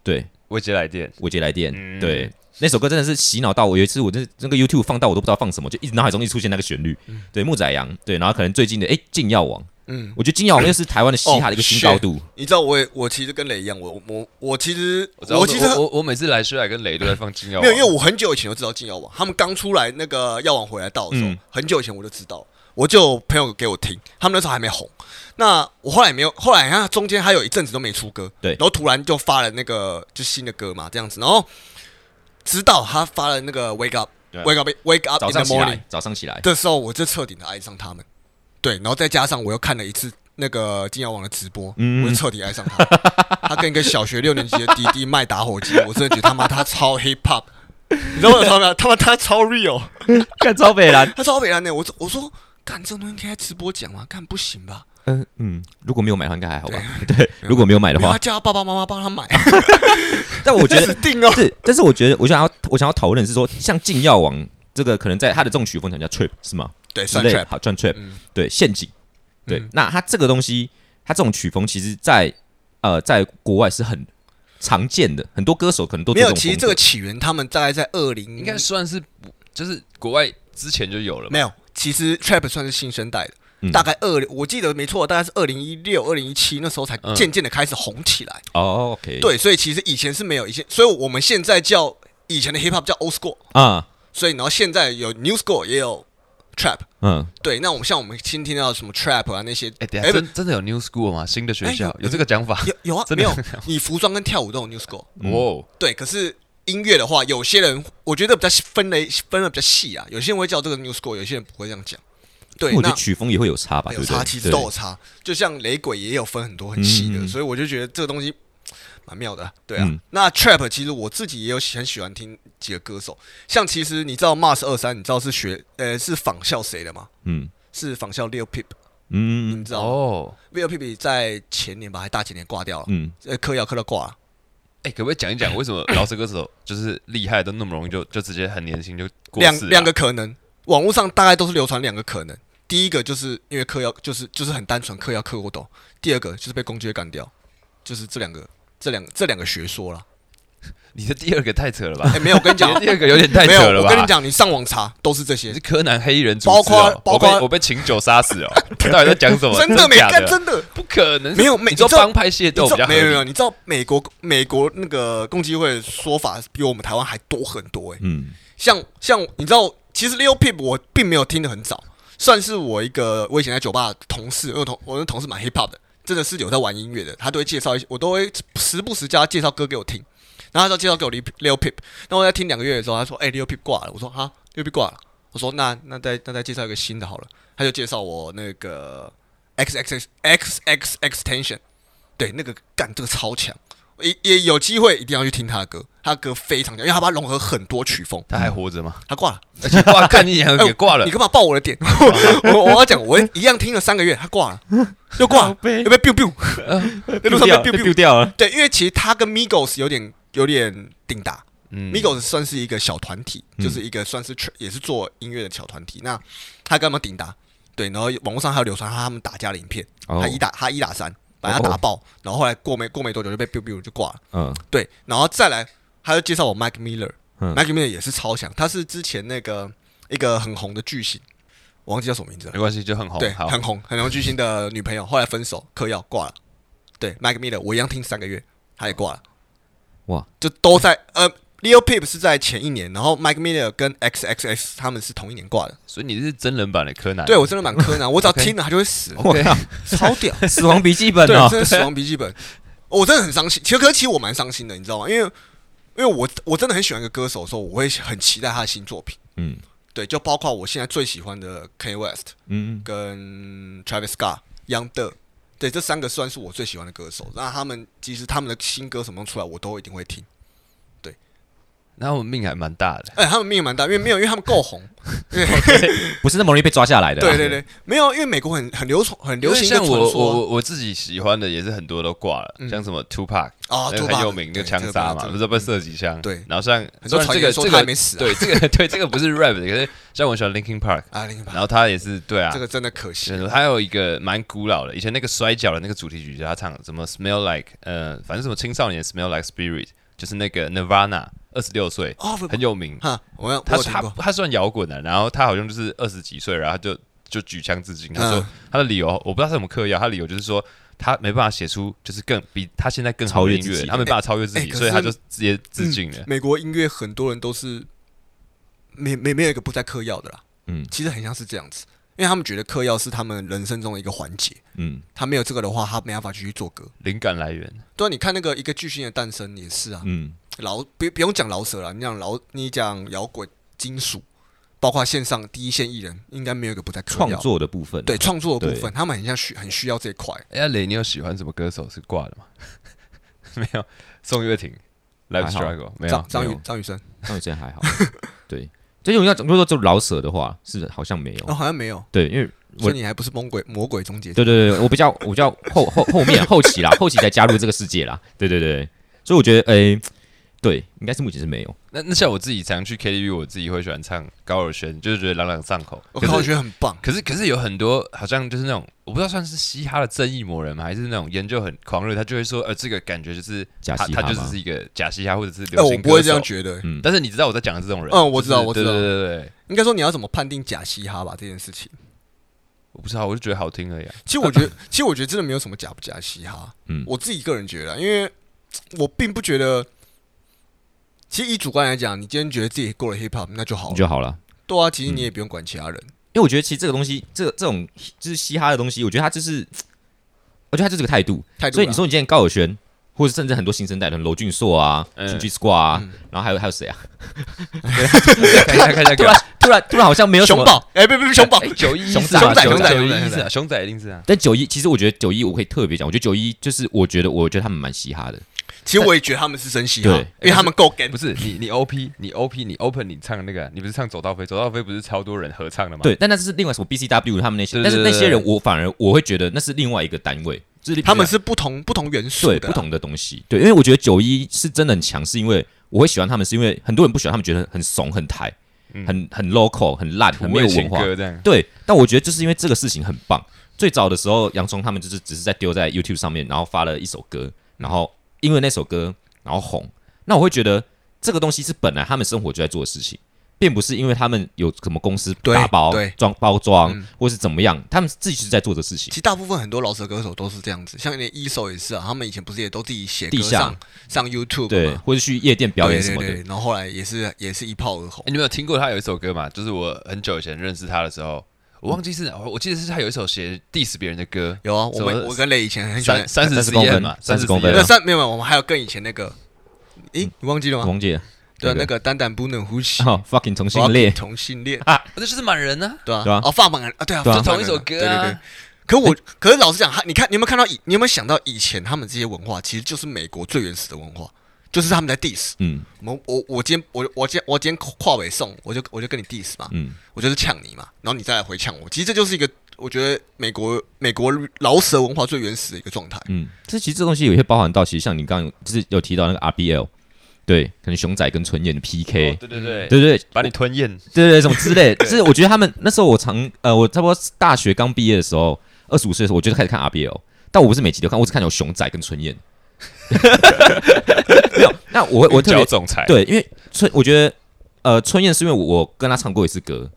C: 对，
A: 未接来电，
C: 我接来电，
A: 嗯
C: 对，那首歌真的是洗脑到我，有一次我真的那个 YouTube 放到我都不知道放什么，就一直脑海中一直出现那个旋律，对，木仔羊，对，然后可能最近的哎禁药王，
B: 嗯，
C: 我觉得禁药王又是台湾的嘻哈的一个新高度，
B: 你知道我也我其实跟雷一样，我我我其实
A: 我知道
B: 我其实
A: 我我每次来虽然跟雷都在放金耀王，
B: 没有，因为我很久以前就知道金药王，他们刚出来那个药王回来到的时候，
C: 嗯
B: 很久以前我就知道，我就有朋友给我听，他们那时候还没红。那我后来也没有，后来他中间还有一阵子都没出歌，
C: 对
B: 然后突然就发了那个就新的歌嘛，这样子，然后直到他发了那个 Wake
C: 对
B: Up，Wake Up，Wake Up
C: 早
B: in the
C: 上起
B: morning
C: 来，早上起 来，
B: 的时候，我就彻底的爱上他们。对，然后再加上我又看了一次那个金瑶王的直播，
C: 嗯
B: 我就彻底爱上 他。他跟一个小学六年级的弟弟卖打火机，我真的觉得他妈他超 hip hop，你知道我有 超没？他妈他超 real，
C: 干超北蓝，
B: 他超北蓝的。我说我说，干这种东西可以在直播讲吗？干不行吧？
C: 嗯嗯，如果没有买的话应该还好吧，对，如果没有买的
B: 没有
C: 话
B: 他，叫他爸爸妈妈帮他买，
C: 但 我觉
B: 死
C: 得
B: 定哦。
C: 是，但是我觉得我想要我想要讨论是说，像禁药王这个可能在他的这种曲风讲叫 trip 是吗？
B: 对，
C: 之
B: 算
C: 类
B: trap，
C: 好转 trap，、
B: 嗯
C: 对陷阱，对，
B: 嗯
C: 那它这个东西，它这种曲风其实在呃在国外是很常见的，很多歌手可能都
B: 没
C: 做
B: 有。
C: 种
B: 其实
C: 风
B: 这个
C: 格
B: 起源，他们大概在二零
A: 应该算是不就是国外之前就有了
B: 没
A: 嘛，
B: 有，其实 trap 算是新生代的，
C: 嗯
B: 大概二，我记得没错，大概是二零一六、二零一七那时候才
A: 嗯
B: 渐渐的开始红起来。
C: 哦，OK，
B: 对，所以其实以前是没有，以前，所以我们现在叫以前的 hip hop 叫 old school，
C: 啊，
B: 所以然后现在有 new school 也有 trap。
C: 嗯，
B: 对，那我们像我们新听到什么 trap 啊那些，
A: 哎，等一
B: 哎
A: 下
B: 不
A: 真真的有 New School 吗？新的学校
B: 哎有
A: 有这个讲法？
B: 有有啊，
A: 真
B: 没
A: 的
B: 有，你服装跟跳舞都有 new school。
C: 嗯
A: 哇，哦
B: 对，可是音乐的话，有些人我觉得比较细分类分的比较细啊，有些人会叫这个 new school，有些人不会这样讲。对，
C: 我觉
B: 那
C: 得曲风也会有差吧，对
B: 有
C: 不
B: 差，
C: 对？
B: 其实
C: 对
B: 都有差。就像雷鬼也有分很多很细的，
C: 嗯嗯嗯
B: 所以我就觉得这个东西蛮妙的啊。对啊，
C: 嗯
B: 那 trap 其实我自己也有喜很喜欢听几个歌手，像其实你知道 Mars 二三，你知道是学呃是仿效谁的吗？
C: 嗯
B: 是仿效 Lil Peep，
C: 嗯
B: 你知道吗
A: 哦，
B: ？Lil Peep 在前年吧，还大前年挂掉了，
C: 嗯，
B: 呃嗑药嗑到挂了。
A: 哎，可不可以讲一讲为什么饶舌歌手就是厉害都那么容易就就直接很年轻就过
B: 两
A: 世啊
B: 两个可能，网络上大概都是流传两个可能。第一个就是因为嗑药，就是就是很单纯嗑药嗑过头；第二个就是被公爵干掉，就是这两个这两这两个学说了。
A: 你的第二个太扯了 吧
B: 哎、？没有，我跟你讲
A: 你的，第二个有 点太
B: 没
A: 扯
B: 有，
A: 了吧？
B: 我跟你讲，你上网查都是这些
A: 你是，柯南黑衣人组织、
B: 包
A: 哦，
B: 括包括
A: 我被我被秦九杀 死哦，到底在讲什么？
B: 真
A: 的
B: 没
A: 假
B: 干，
A: 的？
B: 真的
A: 不可能，
B: 没有没
A: 你说
B: 你知道
A: 帮派械
B: 你
A: 斗
B: 知
A: 比
B: 道
A: 较合
B: 没有没有，
A: 理，
B: 你知道美国美国那个共济会的说法比我们台湾还多很多哎、
C: 嗯
B: 像像你知道，其实 Leo Peep 我并没有听得很早，算是我一个我以前在酒吧的同事，因为我同我的同事蛮 hip hop 的，真的是有在玩音乐的，他都会介绍一些，我都会时不时叫他介绍歌给我听，然后他就介绍给我 Leo Peep，那我在听两个月的时候，他说：“哎、l e o Peep 挂了。”我说：“哈，Leo Peep 挂了。”我说：“那那再那再介绍一个新的好了。”他就介绍我那个 X X X X X Tension，对，那个干这个超强。也也有机会一定要去听他的歌，他的歌非常强，因为他把它融合很多曲风。
A: 他还活着吗？
B: 他挂了，
A: 而且挂看你 眼
B: 哎
A: 哦也挂了
B: 你，干嘛爆我的点？ 我我要讲，我一样听了三个月，他挂了，又挂了，
C: 被
B: 又被 biu biu，在 路上被 biu
C: 丢
B: biu。
C: 掉了，
B: 对，因为其实他跟 Migos 有点有点顶打
A: 嗯
B: ，Migos 算是一个小团体，
C: 嗯
B: 就是一个算是 tr- 也是做音乐的小团体。那他跟他们顶打，对，然后网络上还有流传他们打架的影片，
C: 哦
B: 他，一打他一打三，把他
C: 哦
B: 打爆，然后后来过没过没多久就被 biu biu 就挂了。
C: 嗯
B: 对，然后再来，他就介绍我 Mike Miller，Mike、
C: 嗯
B: Miller 也是超强，他是之前那个一个很红的巨星，我忘记叫什么名字了
A: 没，关系，就很红
B: 对，，
A: 好，
B: 很红很红巨星的女朋友，后来分手，嗑药挂了。对，Mike Miller 我一样听三个月，他也挂了，
C: 哇，
B: 就都在呃 Leo Pip 是在前一年，然后 Mike Miller 跟 XXX 他们是同一年挂的。
A: 所以你是真人版的柯南。
B: 对我真的蛮柯南，我只要
A: 哎 OK 哦
B: 听了他就会死，
A: OK，
B: 超屌。
C: 死亡笔记本
B: 对，
C: 哦，
B: 真的死亡笔记本，哦我真的很伤心。其实，可是其实我蛮伤心的，你知道吗？因为因为我我真的很喜欢一个歌手的时候，我会很期待他的新作品。
C: 嗯
B: 对，就包括我现在最喜欢的 K West
C: 嗯，
B: 跟 Travis Scott、Young d 对，这三个算是我最喜欢的歌手。那他们其实他们的新歌什么出来，我都一定会听。
A: 那我命还蛮大的。
B: 哎、他们命运蛮大，因为没有，因为他们够红。
C: 嗯不是那么容易被抓下来的啦，
B: 对对对，没有，因为美国很很流传很 流行一
A: 因为
B: 个
A: 像
B: 传
A: 我我
B: 说
A: 我我自己喜欢的也是很多都挂了，
B: 嗯
A: 像什么 Two Pack
B: 啊，
A: 那个
B: Tupac，
A: 很有名那
B: 对
A: 个枪
B: 这个
A: 杀
B: 不
A: 嘛，
B: 要
A: 不是被射击枪。
B: 对
A: 然后像
B: 很
A: 虽
B: 多
A: 然
B: 传
A: 这
B: 言
A: 个
B: 说
A: 这
B: 他还
A: 个
B: 没死、啊。
A: 对这个 对这个不是 rap 的，可是像我喜欢 Linkin Park，
B: 啊，另一半
A: 然后他也是对啊
B: 这，个真的可惜。
A: 是还有一个蛮古老的，以前那个摔跤的那个主题曲，就是他唱的什么 Smell Like，呃，反正什么青少年 Smell Like Spirit，就是那个 Nirvana，二十六岁，
B: 哦，
A: 很有名。
B: 哈，我要我
A: 他
B: 有听
A: 他
B: 过
A: 他算摇滚的，然后他好像就是二十几岁，然后他就就举枪自尽。他说
B: 嗯
A: 他的理由，我不知道是什么嗑药，他理由就是说他没办法写出就是更比他现在更好的音
C: 超越自
A: 乐，
C: 己
A: 他没办法超越自己，
B: 哎哎
A: 所以
B: 可
A: 他
B: 是嗯
A: 就直接自尽了。
B: 美国音乐很多人都是没没没有一个不在嗑药的啦，
C: 嗯
B: 其实很像是这样子，因为他们觉得嗑药是他们人生中的一个环节，
C: 嗯，
B: 他没有这个的话，他没办法继续做歌。
A: 灵感来源，
B: 对啊，你看那个一个巨星的诞生也是啊，
C: 嗯
B: 老不不用讲老舍了，你讲老你讲摇滚金属，包括线上第一线艺人，应该没有一个不在嗑
C: 创
B: 药。
C: 作的部分，啊
B: 对，创作的部
C: 对
B: 分，他们很像需很需要这一块。
A: 哎，阿雷，你有喜欢什么歌手是挂的吗？ 没有，宋岳庭，Life
C: 还好
A: Struggle 没有
B: 张，张
C: 没
B: 雨
C: 有
B: 张雨生
C: 那我真的还好，对，这种要如果说就老舍的话，是好像没
B: 哦，
C: 有，
B: 好像没有，
C: 对，因为
B: 所以你还不是魔鬼魔鬼终结者
C: 对对对，我比较我比较后后后面后期啦，后期才加入这个世界啦，对对对，所以我觉得诶、对，应该是目前是没有，
A: 那那像我自己常去 KTV，我自己会喜欢唱高尔宣，就是觉得朗朗上口。
B: 我
A: 可
B: 靠，我
A: 是
B: 觉得很棒。
A: 可是可是有很多好像就是那种我不知道算是嘻哈的正义魔人吗，还是那种研究很狂热，他就会说呃这个感觉就是
C: 假
A: 他
C: 嘻哈
A: 他就
C: 吗
A: 只是一个假嘻哈或者是
B: 哎，
A: 流
B: 我
A: 行歌手。
B: 不会这样觉得。
C: 嗯，
A: 但是你知道我在讲的这种人，
B: 嗯我知道
A: 就是
B: 我知道
A: 对对对对，对
B: 应该说你要怎么判定假嘻哈吧这件事情。
A: 我不知道，我就觉得好听而已、 啊。
B: 其实我觉得，其实我觉得真的没有什么假不假嘻哈。
C: 嗯
B: 我自己个人觉得啊，因为我并不觉得。其实以主观来讲，你今天觉得自己过了 hip hop，那就好
C: 你
B: 了。
C: 就嗯好了。
B: 对啊，其实你也不用管其他人。
C: 因为我觉得其实这个东西，这个这种就是嘻哈的东西，我觉得它就是，我觉得它就是个态度。
B: 态度啦
C: 所以你说你今天高尔宣，或者甚至很多新生代的，娄俊硕啊、
A: 嗯
C: 金句 squad 啊
B: 嗯，
C: 然后还有还有谁啊？
A: 看一下看一下
C: 突
A: 歌
C: 然，突然突然好像没有什
B: 熊
C: 么。
B: 宝，哎，不 不不，熊宝
A: 哎，九一一
C: 熊
A: 是啊
C: 仔
A: 九
B: 熊仔
A: 九
B: 熊
A: 一
B: 仔
A: 一
B: 熊
A: 是
B: 仔
A: 啊，熊仔一定是啊。
C: 但九一，其实我觉得九一我可以特别讲，我觉得九一就是我觉得我觉得他们蛮嘻哈的，
B: 其实我也觉得他们是真嘻哈，
C: 对
B: 因为他们够 g
A: 不是你，你 OP，你 OP，你 Open，你唱的那个，啊你不是唱《走到飞》？《走到飞》不是超多人合唱的吗？
C: 对。但那是另外什么 BCW 他们那些，
A: 对对
C: 但是那些
A: 对对
C: 人我反而我会觉得那是另外一个单位，就是
B: 他们是不同不同元素
C: 对
B: 的，
A: 啊
C: 不。同的东西。对，因为我觉得九一是真的很强，是因为我会喜欢他们，是因为很多人不喜欢他们，觉得很怂、很台、
A: 嗯
C: 很很 local、很烂、
A: 土
C: 很没
A: 味
C: 有
A: 情
C: 文化。
A: 歌这样。
C: 对，但我觉得就是因为这个事情很棒。最早的时候，洋葱他们就是只是在丢在 YouTube 上面，然后发了一首歌，然后因为那首歌然后红。那我会觉得这个东西是本来他们生活就在做的事情，并不是因为他们有什么公司
B: 对
C: 打包
B: 对
C: 装包装、
B: 嗯
C: 或是怎么样，他们自己是在做的事情
B: 其。实大部分很多老舌歌手都是这样子，像连一手也是啊，他们以前不是也都自己写歌
C: 地下
B: 上上 YouTube
C: 对，
B: 嘛
C: 或者去夜店表演
B: 对
C: 什
B: 嗯对
C: 么的，
B: 对，然后后来也是也是一炮而红
A: 欸。你们有听过他有一首歌吗？就是我很久以前认识他的时候，我忘记是，我我记得是他有一首写 diss 别人的歌，
B: 有啊，我
A: 什
B: 们
A: 么
B: 我跟雷以前很喜欢
A: 三三十
C: 30公
A: cm
C: 分
A: 嘛，
C: 30
A: 30
C: 公分对啊
B: 那三没有没有，我们还有更以前那个，咦，你忘记了吗？
C: 王姐，
B: 对啊，
C: 那个
B: 那个单单不能呼 吸，
C: 哦，fucking 同
B: 我要
C: 性恋
B: 变，同性恋，
A: 那就是满人啊，
B: 对啊，
C: 对啊
B: 哦，放满啊，对啊，
C: 对啊
B: 放满
A: 同一首歌
B: 对
A: 啊
B: 对对。可我可是老实讲，他你看你有没有看到以你有没有想到以前他们这些文化其实就是美国最原始的文化，就是他们在 diss
C: 嗯
B: 我们我我今天我我今天我今天跨尾送，我就我就跟你 diss 嘛，
C: 嗯，
B: 我就是呛你嘛，然后你再来回呛我，其实这就是一个我觉得美国美国饶舌文化最原始的一个状态。
C: 嗯，这其实这东西有些包含到，其实像你刚刚有就是有提到那个 RBL，对，可能熊仔跟纯演的 PK，、
A: 哦对对对，
C: 对对对
A: 把你吞咽。
C: 对对，什么之 类的，就是我觉得他们那时候我常呃，我差不多大学刚毕业的时候，二十五岁的时候，我就开始看 RBL，但我不是每集都看，我只看有熊仔跟纯 演。没有，那我会我特
A: 叫
C: 别
A: 总裁，
C: 对，因为春我觉得呃春燕是因为我我跟他唱过一次歌，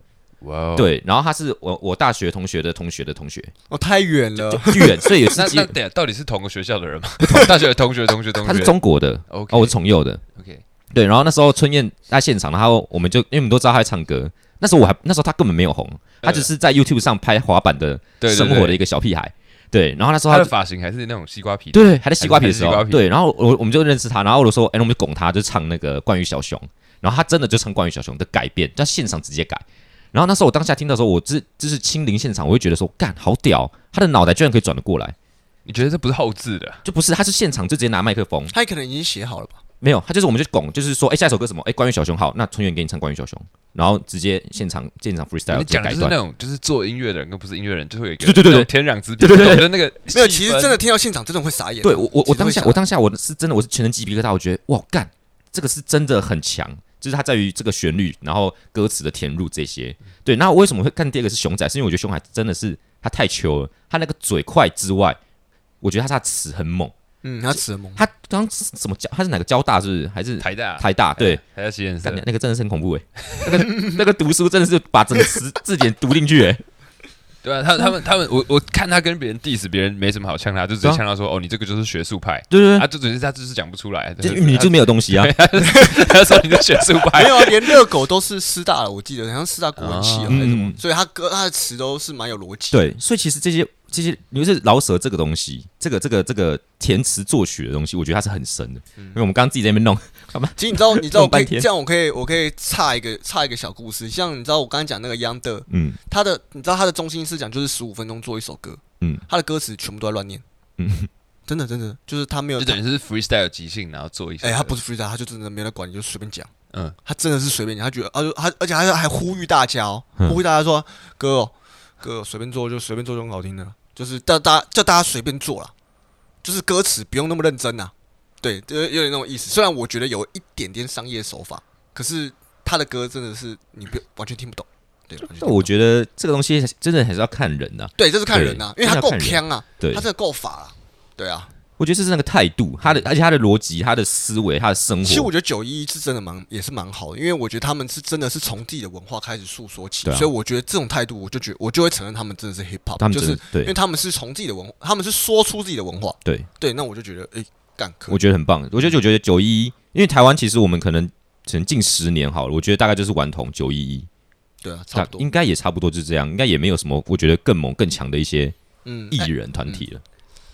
A: 哇哦，
C: 对，然后他是我我大学同学的同学的同学，
B: 哦，太远了，
C: 巨 人，所以有一
A: 那
C: 次机
A: 那 等一下到底是同个学校的人吗？不同大学的同学，同学，同
C: 他
A: 学
C: 是。中国的
A: OK
C: 哦，我是重佑的，
A: OK，
C: 对，然后那时候春燕在现场，然后我们就因为我们都知道她在唱歌，那时候我还那时候她根本没有红，她只是在 YouTube 上拍滑板的
A: 对对
C: 生活的一个小屁孩。对，然后那时候
A: 他
C: 她
A: 的
C: 就
A: 发型还是那种西瓜皮，
C: 对对，还在西瓜皮的时
A: 还是西
C: 候，
A: 瓜皮
C: 对，然后我我们就认识他，然后我就说，哎、我们就拱他，就唱那个《关于小熊》，然后他真的就唱《关于小熊》的改编，在现场直接改。然后那时候我当下听到的时候，我这就是亲临现场，我会觉得说，干好屌，哦他的脑袋居然可以转得过来，
A: 你觉得这不是后置的？
C: 就不是他是现场就直接拿麦克风，
B: 他可能已经写好了吧？
C: 没有，他就是我们就拱，就是说，哎、下一首歌什么？哎、关于小熊好，那春元给你唱关于小熊，然后直接现场现场 freestyle
A: 你
C: 直接
A: 讲的
C: 改
A: 就是那
C: 段，
A: 种，就是做音乐的人跟不是音乐人，就会有一个
C: 对对对对
A: 那种天壤之别，
C: 对对对
A: 懂得那个
B: 没有，
A: 气
B: 其
A: 氛
B: 实真的听到现场真的会傻眼。啊
C: 对我我
B: 其
C: 我
B: 实会
C: 当下
B: 傻
C: 我当下我是真的我是全身鸡皮疙瘩，我觉得哇干，这个是真的很强，就是它在于这个旋律，然后歌词的填入这些。对，那我为什么会看第二个是熊仔？是因为我觉得熊仔真的是他太球了，他那个嘴快之外，我觉得他他的词很猛。
B: 嗯，他吃了懵。
C: 他刚刚是什么交？他是哪个交大是不是还是
A: 台大
C: 台大？对，，
A: 台大实验
C: 干
A: 室，
C: 那个真的是很恐怖哎、那个那个读书真的是把整个词字典读进去哎、
A: 对啊，他他们他们，我我看他跟别人 diss，别人没什么好呛他，就直接
C: 对啊
A: 呛他说，哦，你这个就是学术派，
C: 对对
A: 啊，这只是他就是讲不出来，
C: 对，就你就没有东西啊，
A: 他说你是学术
B: 没
A: 派，
B: 有啊，连热狗都是师大的，我记得好像师大国文系啊，还是什么
C: 嗯，
B: 所以他歌他的词都是蛮有逻辑。，
C: 对，所以其实这些这些，尤其是饶舌这个东西，这个这个这个填词作曲的东西，我觉得它是很深的。
B: 嗯
C: 因为我们刚刚自己在那边弄，
B: 其实你知道，你知道我可以
C: 弄半天
B: 这样，我可以我可以插一个插一个小故事，像你知道我刚才讲那个 Young 的，
C: 嗯，
B: 他的你知道他的中心思想就是十五分钟做一首歌，
C: 嗯
B: 嗯，他的歌词全部都在乱念，
C: 嗯
B: 嗯，真的真的就是他没有
A: 就，等于是 freestyle 即兴，然后做一些，
B: 哎，他不是 freestyle，他就真的没人管，你就随便讲，
A: 嗯
B: 嗯，他真的是随便讲，他觉得，他就他而且还还呼吁大家哦，
C: 嗯
B: 呼吁大家说，哥哦，哥哦随便做就随便做就很好听的，就是叫大家叫大家随便做啦，就是歌词不用那么认真呐，对，有有点那种意思，虽然我觉得有一点点商业手法，可是他的歌真的是你不完全听不懂，对，完全听
C: 但
B: 不
C: 我
B: 懂
C: 觉得这个东西真的还是要看人啊呐、
B: 对，这是看人呐、
C: 对
B: 因为
C: 真的要
B: 他够
C: 看人
B: 强啊。
C: 对
B: 他，真的够法了。对啊，
C: 我觉得这是那个态度，他的而且他的逻辑、他的思维、他的生
B: 其实我
C: 活，
B: 觉得九一是真的蛮也是蛮好的，因为我觉得他们是真的是从自己的文化开始诉说起，
C: 对啊
B: 所以我觉得这种态度，我就觉我就会承认他们真的是 hip hop，
C: 他们
B: 就
C: 真
B: 是
C: 的
B: 因为
C: 对
B: 他们是从自己的文化，他们是说出自己的文化。
C: 对，
B: 对，那我就觉得哎，干可以
C: 我觉得很棒。我觉得我觉得九一一，因为台湾其实我们可能可能近十年好了，我觉得大概就是顽童九一一，
B: 对啊，差不多
C: 应。该也差不多就是这样，应该也没有什么我觉得更猛更强的一些
B: 嗯，
C: 艺
B: 哎
C: 人团体了。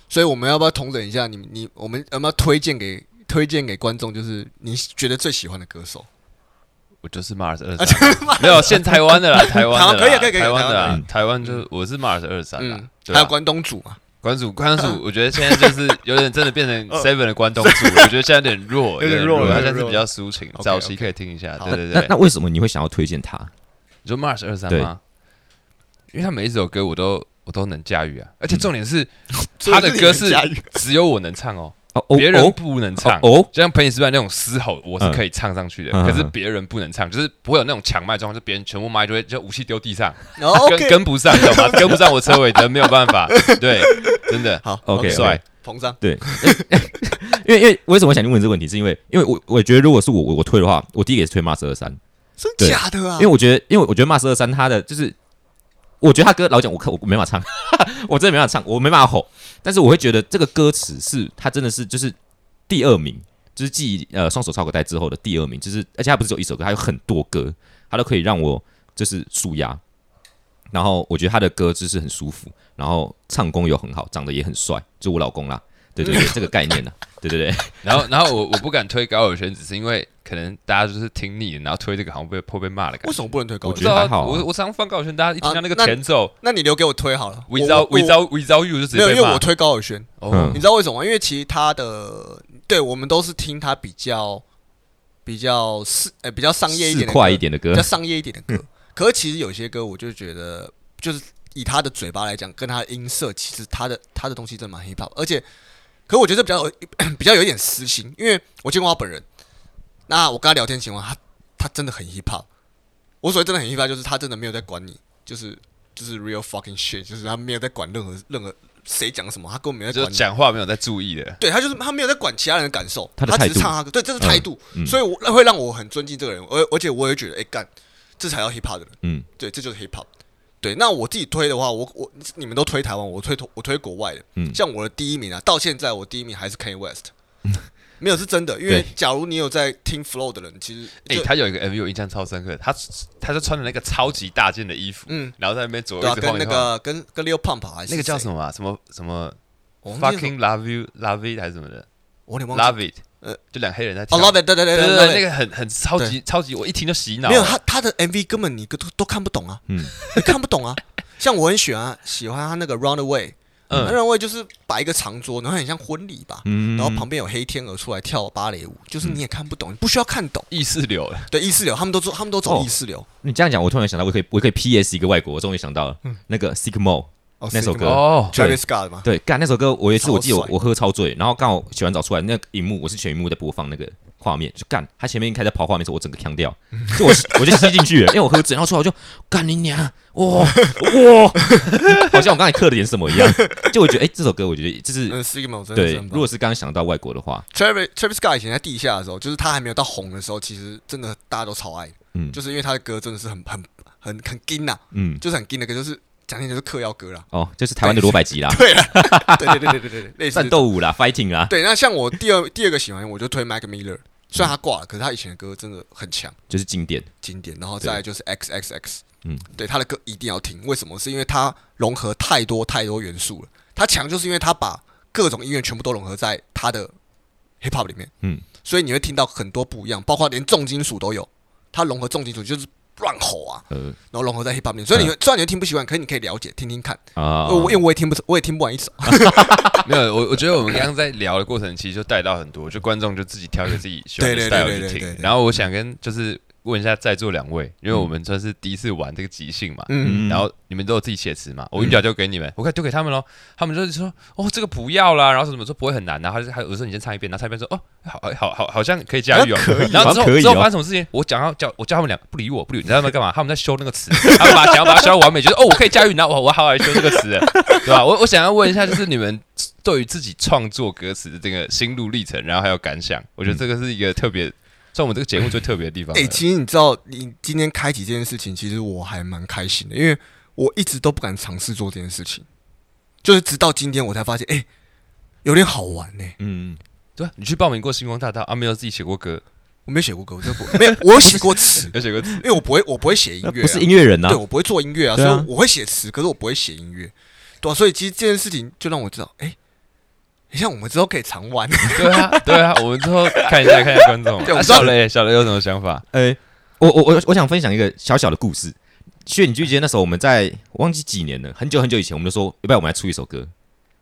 B: 所以我们要不要同整一下？你你我们要不要推荐给推荐给观众？就是你觉得最喜欢的歌手？
A: 我就是 Mars
B: 啊
A: 二三，没有现台湾的啦，台湾的 啦，
B: 好可以啊可以可以
A: 台湾的
B: 台
A: 啦
C: 湾，
A: 台湾就我是 Mars 二三啦
B: 嗯，，
A: 对
B: 还有
A: 啊，
B: 关东煮嘛，
A: 关主关 主，我觉得现在就是有点真的变成 Seven 的关东煮，我觉得现在有点弱，
B: 嗯 有点弱
A: 弱，
B: 有
A: 它
B: 点
A: 现在是
B: 弱
A: 比较抒情，
B: OK，OK
A: 早期可以听一下，
B: 好
A: 对对
C: 那
A: 对。
C: 那为什么你会想要推荐他？
A: 你说 Mars 二三
C: 对
A: 吗？因为他每一首歌我都我都能驾
B: 嗯
A: 驭啊，而且重点是
B: 所以
A: 他的歌
B: 这
A: 是
B: 里很驾驭
A: 只有我能唱哦，
C: 哦哦
A: 别
C: 哦
A: 人不能唱。
C: 哦哦
A: 就像《朋友之外那种嘶吼，我是可以唱上去的，
C: 嗯
A: 可是别人不能唱，就是不会有那种抢麦状况，就别人全部麦就会就武器丢地上，
B: 哦
A: 跟
B: OK，
A: 跟不上，懂吗？跟不上我车尾灯，没有办法。对，真的
B: 好
C: OK，
A: 帅。
B: 膨胀。
C: 因为因为为什么我想问这个问题，是因为因为我我觉得如果是我我我推的话，我第一个也是推 Mars 二三，
B: 真
C: 对
B: 假的啊？
C: 因为我觉得因为我觉得 Mars 二三他的就是，我觉得他歌老讲我看我没办法唱， 我真的没办法唱，我没办法吼，但是我会觉得这个歌词是他真的是就是第二名，就是继呃双手超口袋之后的第二名，就是而且他不是只有一首歌，他有很多歌，他都可以让我就是舒压。然后我觉得他的歌就是很舒服，然后唱功又很好，长得也很帅，就我老公啦，对对对，这个概念呢、对对对，
A: 然后， 然后我我不敢推高尔宣，只是因为可能大家就是听腻了，然后推这个好像被会被骂的感
B: 为
A: 觉。
B: 什么不能推高
C: 我
A: 不
B: 中
A: 知
C: 觉
A: 道
C: 得
A: 啊，
C: 还好啊
A: 我我常放高尔宣，大家一听到那个
B: 啊那
A: 前奏
B: 那你留给我推好了。我
A: ，without
B: 我
A: without without you 就直
B: 没
A: 接
B: 有，因为
A: 被骂
B: 我。推高尔宣，
A: 哦
C: 嗯
B: 你知道为什么吗？因为其实他的，对我们都是听他比较比较是呃比较商业一
C: 是
B: 点的
C: 快
B: 歌，
C: 一点的歌
B: 比较，商业一点的歌。可是其实有些歌，我就觉得就是以他的嘴巴来讲，跟他的音色，其实他的他的东西真的蛮 hip hop，而且，可我觉得比较有 比较有点私心，因为我见过他本人，那我跟他聊天情况，他他真的很 hip hop。我所谓真的很 hip hop，就是他真的没有在管你，就是就是 real fucking shit，就是他没有在管任何任何谁讲什么，他根本没有在
A: 就
B: 管你。
A: 讲话没有在注意的，
B: 对他就是他没有在管其他人的感受，
C: 他
B: 他
C: 的态
B: 只是
C: 度嗯
B: 唱他歌，对，这是态度，所以我会让我很尊敬这个人，而而且我也觉得，哎、干，这才叫 hip hop 的人，
C: 嗯，
B: 对，这就是 hip hop。对，那我自己推的话，我我你们都推台湾，我推我推国外的，
C: 嗯
B: 像我的第一名啊，到现在我第一名还是 Kanye West，没有是真的，因为
C: 对
B: 假如你有在听 flow 的人，其实
A: 哎、
B: 就
A: 他有一个 MV 我印象超深刻，他他就穿着那个超级大件的衣服，
B: 嗯，
A: 然后在那边左
B: 对
A: 右
B: 啊，
A: 一直晃
B: 跟
A: 一
B: 那
A: 晃。
B: 个跟跟 Leo Pump 还是
A: 那个叫
B: 谁
A: 什么啊？什么什么
B: 我忘记了
A: fucking love you love it 还是什么的
B: 我有点忘记了。
A: love it，
B: 呃
A: 就两黑人在跳。
B: 哦，Love it，对对对
A: 对对
B: ，Love
A: 对，那
B: it
A: 个很很超级超级，我一听就洗脑。
B: 没有他他的 MV 根本你都都看不懂啊，
C: 嗯
B: 你看不懂啊。像我很喜欢喜欢他那个 Runaway，那
A: 嗯，
B: Runaway 就是摆一个长桌，然后很像婚礼吧，
C: 嗯
B: 然后旁边有黑天鹅出来跳芭蕾舞，就是你也看不懂，你不需要看懂。
A: 意识流了。
B: 对意识流，他们都走，他们都走
C: 哦
B: 意识流。
C: 你这样讲，我突然想到，我可以我可以 PS 一个外国，我终于想到
B: 嗯
C: 了，那个 Sigmo
B: 哦
C: 那首歌
A: 哦，
C: 对
B: Travis Scott 嘛，
C: 对，干那首歌，我有一次我记得
B: 超
C: 我
B: 帅
C: 我喝超醉，然后刚好洗完澡出来，那个荧幕我是全荧幕在播放那个画面，就干他前面开始跑画面的时候，我整个腔 掉，就我吸我就吸进去了，因为我喝醉，然后出来我就干你娘，哇哇， 好像我刚才刻了点什么一样，就我觉得哎、这首歌我觉得这是
B: 嗯，Sigma 真的
C: 对，
B: 是很
C: 如
B: 棒
C: 果是刚刚想到外国的话，
B: Travis Travis Scott 以前在地下的时候，就是他还没有到红的时候，其实真的大家都超爱，
C: 嗯
B: 就是因为他的歌真的是很很很很劲呐，
C: 嗯
B: 就是很劲的歌，就是讲起来就是嗑药 歌啦。
C: 哦，就是台湾的罗百吉啦，
B: 对了，对对对对对对对， 类似
C: 战斗舞啦，fighting 啦，
B: 对，那像我第二第二个喜欢，我就推 Mac Miller，虽然他挂了，可是他以前的歌真的很强，
C: 就是经典，
B: 经典。然后再来就是 X X X，
C: 嗯
B: 嗯，对，他的歌一定要听。为什么？是因为他融合太多太多元素了。他强就是因为他把各种音乐全部都融合在他的 hip hop 里面，
C: 嗯
B: 嗯，所以你会听到很多不一样，包括连重金属都有。他融合重金属就是乱吼啊，
C: 呃
B: 然后融合在 hip hop 里面，所以你会虽然你会听不习惯，可是你可以了解听听看。
C: 啊，
B: 呃我因为我也听不我也听不完一首，
A: 没有，我我觉得我们刚刚在聊的过程，其实就带到很多，就观众就自己挑一个自己喜欢的
B: 对对
A: style
B: 对对
A: 去
B: 对对
A: 听。
B: 对
A: 然后我想跟就是问一下在座两位，因为我们算是第一次玩这个即兴嘛，
B: 嗯，
A: 然后你们都有自己写词嘛，我韵脚就给你们，我快丢给他们喽。他们就是说，哦，这个不要啦，然后什么说不会很难啊，他就还有时候你先唱一遍，然后唱一遍说，哦，好好好，好像可以驾驭哦。然后之后
C: 好像可以哦
A: 之后发生什么事情，我讲要叫我叫他们俩不理我，不理我，你知道他们干嘛？他们在修那个词，他们把想要把它修到完美，就是哦，我可以驾驭，然后我我好好地修这个词了，对吧？我我想要问一下，就是你们对于自己创作歌词的这个心路历程，然后还有感想，我觉得这个是一个特别，算我们这个节目最特别的地方 了。
B: 哎、其实你知道，你今天开启这件事情，其实我还蛮开心的，因为我一直都不敢尝试做这件事情，就是直到今天我才发现，哎、有点好玩欸呢、
C: 嗯，
A: 对啊，你去报名过星光大道啊？没有自己写过歌，
B: 我没有写过歌，我真的不没有，我有写过词，
A: 有写过词。
B: 因为我不会，我不会写音乐、啊，
C: 不是音乐人呐
B: 对，，我不会做音乐啊，
C: 对
B: 所
C: 啊
B: 以我会写词，可是我不会写音乐，对啊，所以其实这件事情就让我知道，哎、你像我们之后可以常玩，
A: 对啊，对啊，我们之后看一下看一下观众。
B: 对我
A: 啊
B: 们知道
A: 小雷，小雷有什么想法？
C: 呃，我我我我想分享一个小小的故事。薛，你记不记得那时候我们在我忘记几年了，很久很久以前，我们就说要不要我们来出一首歌？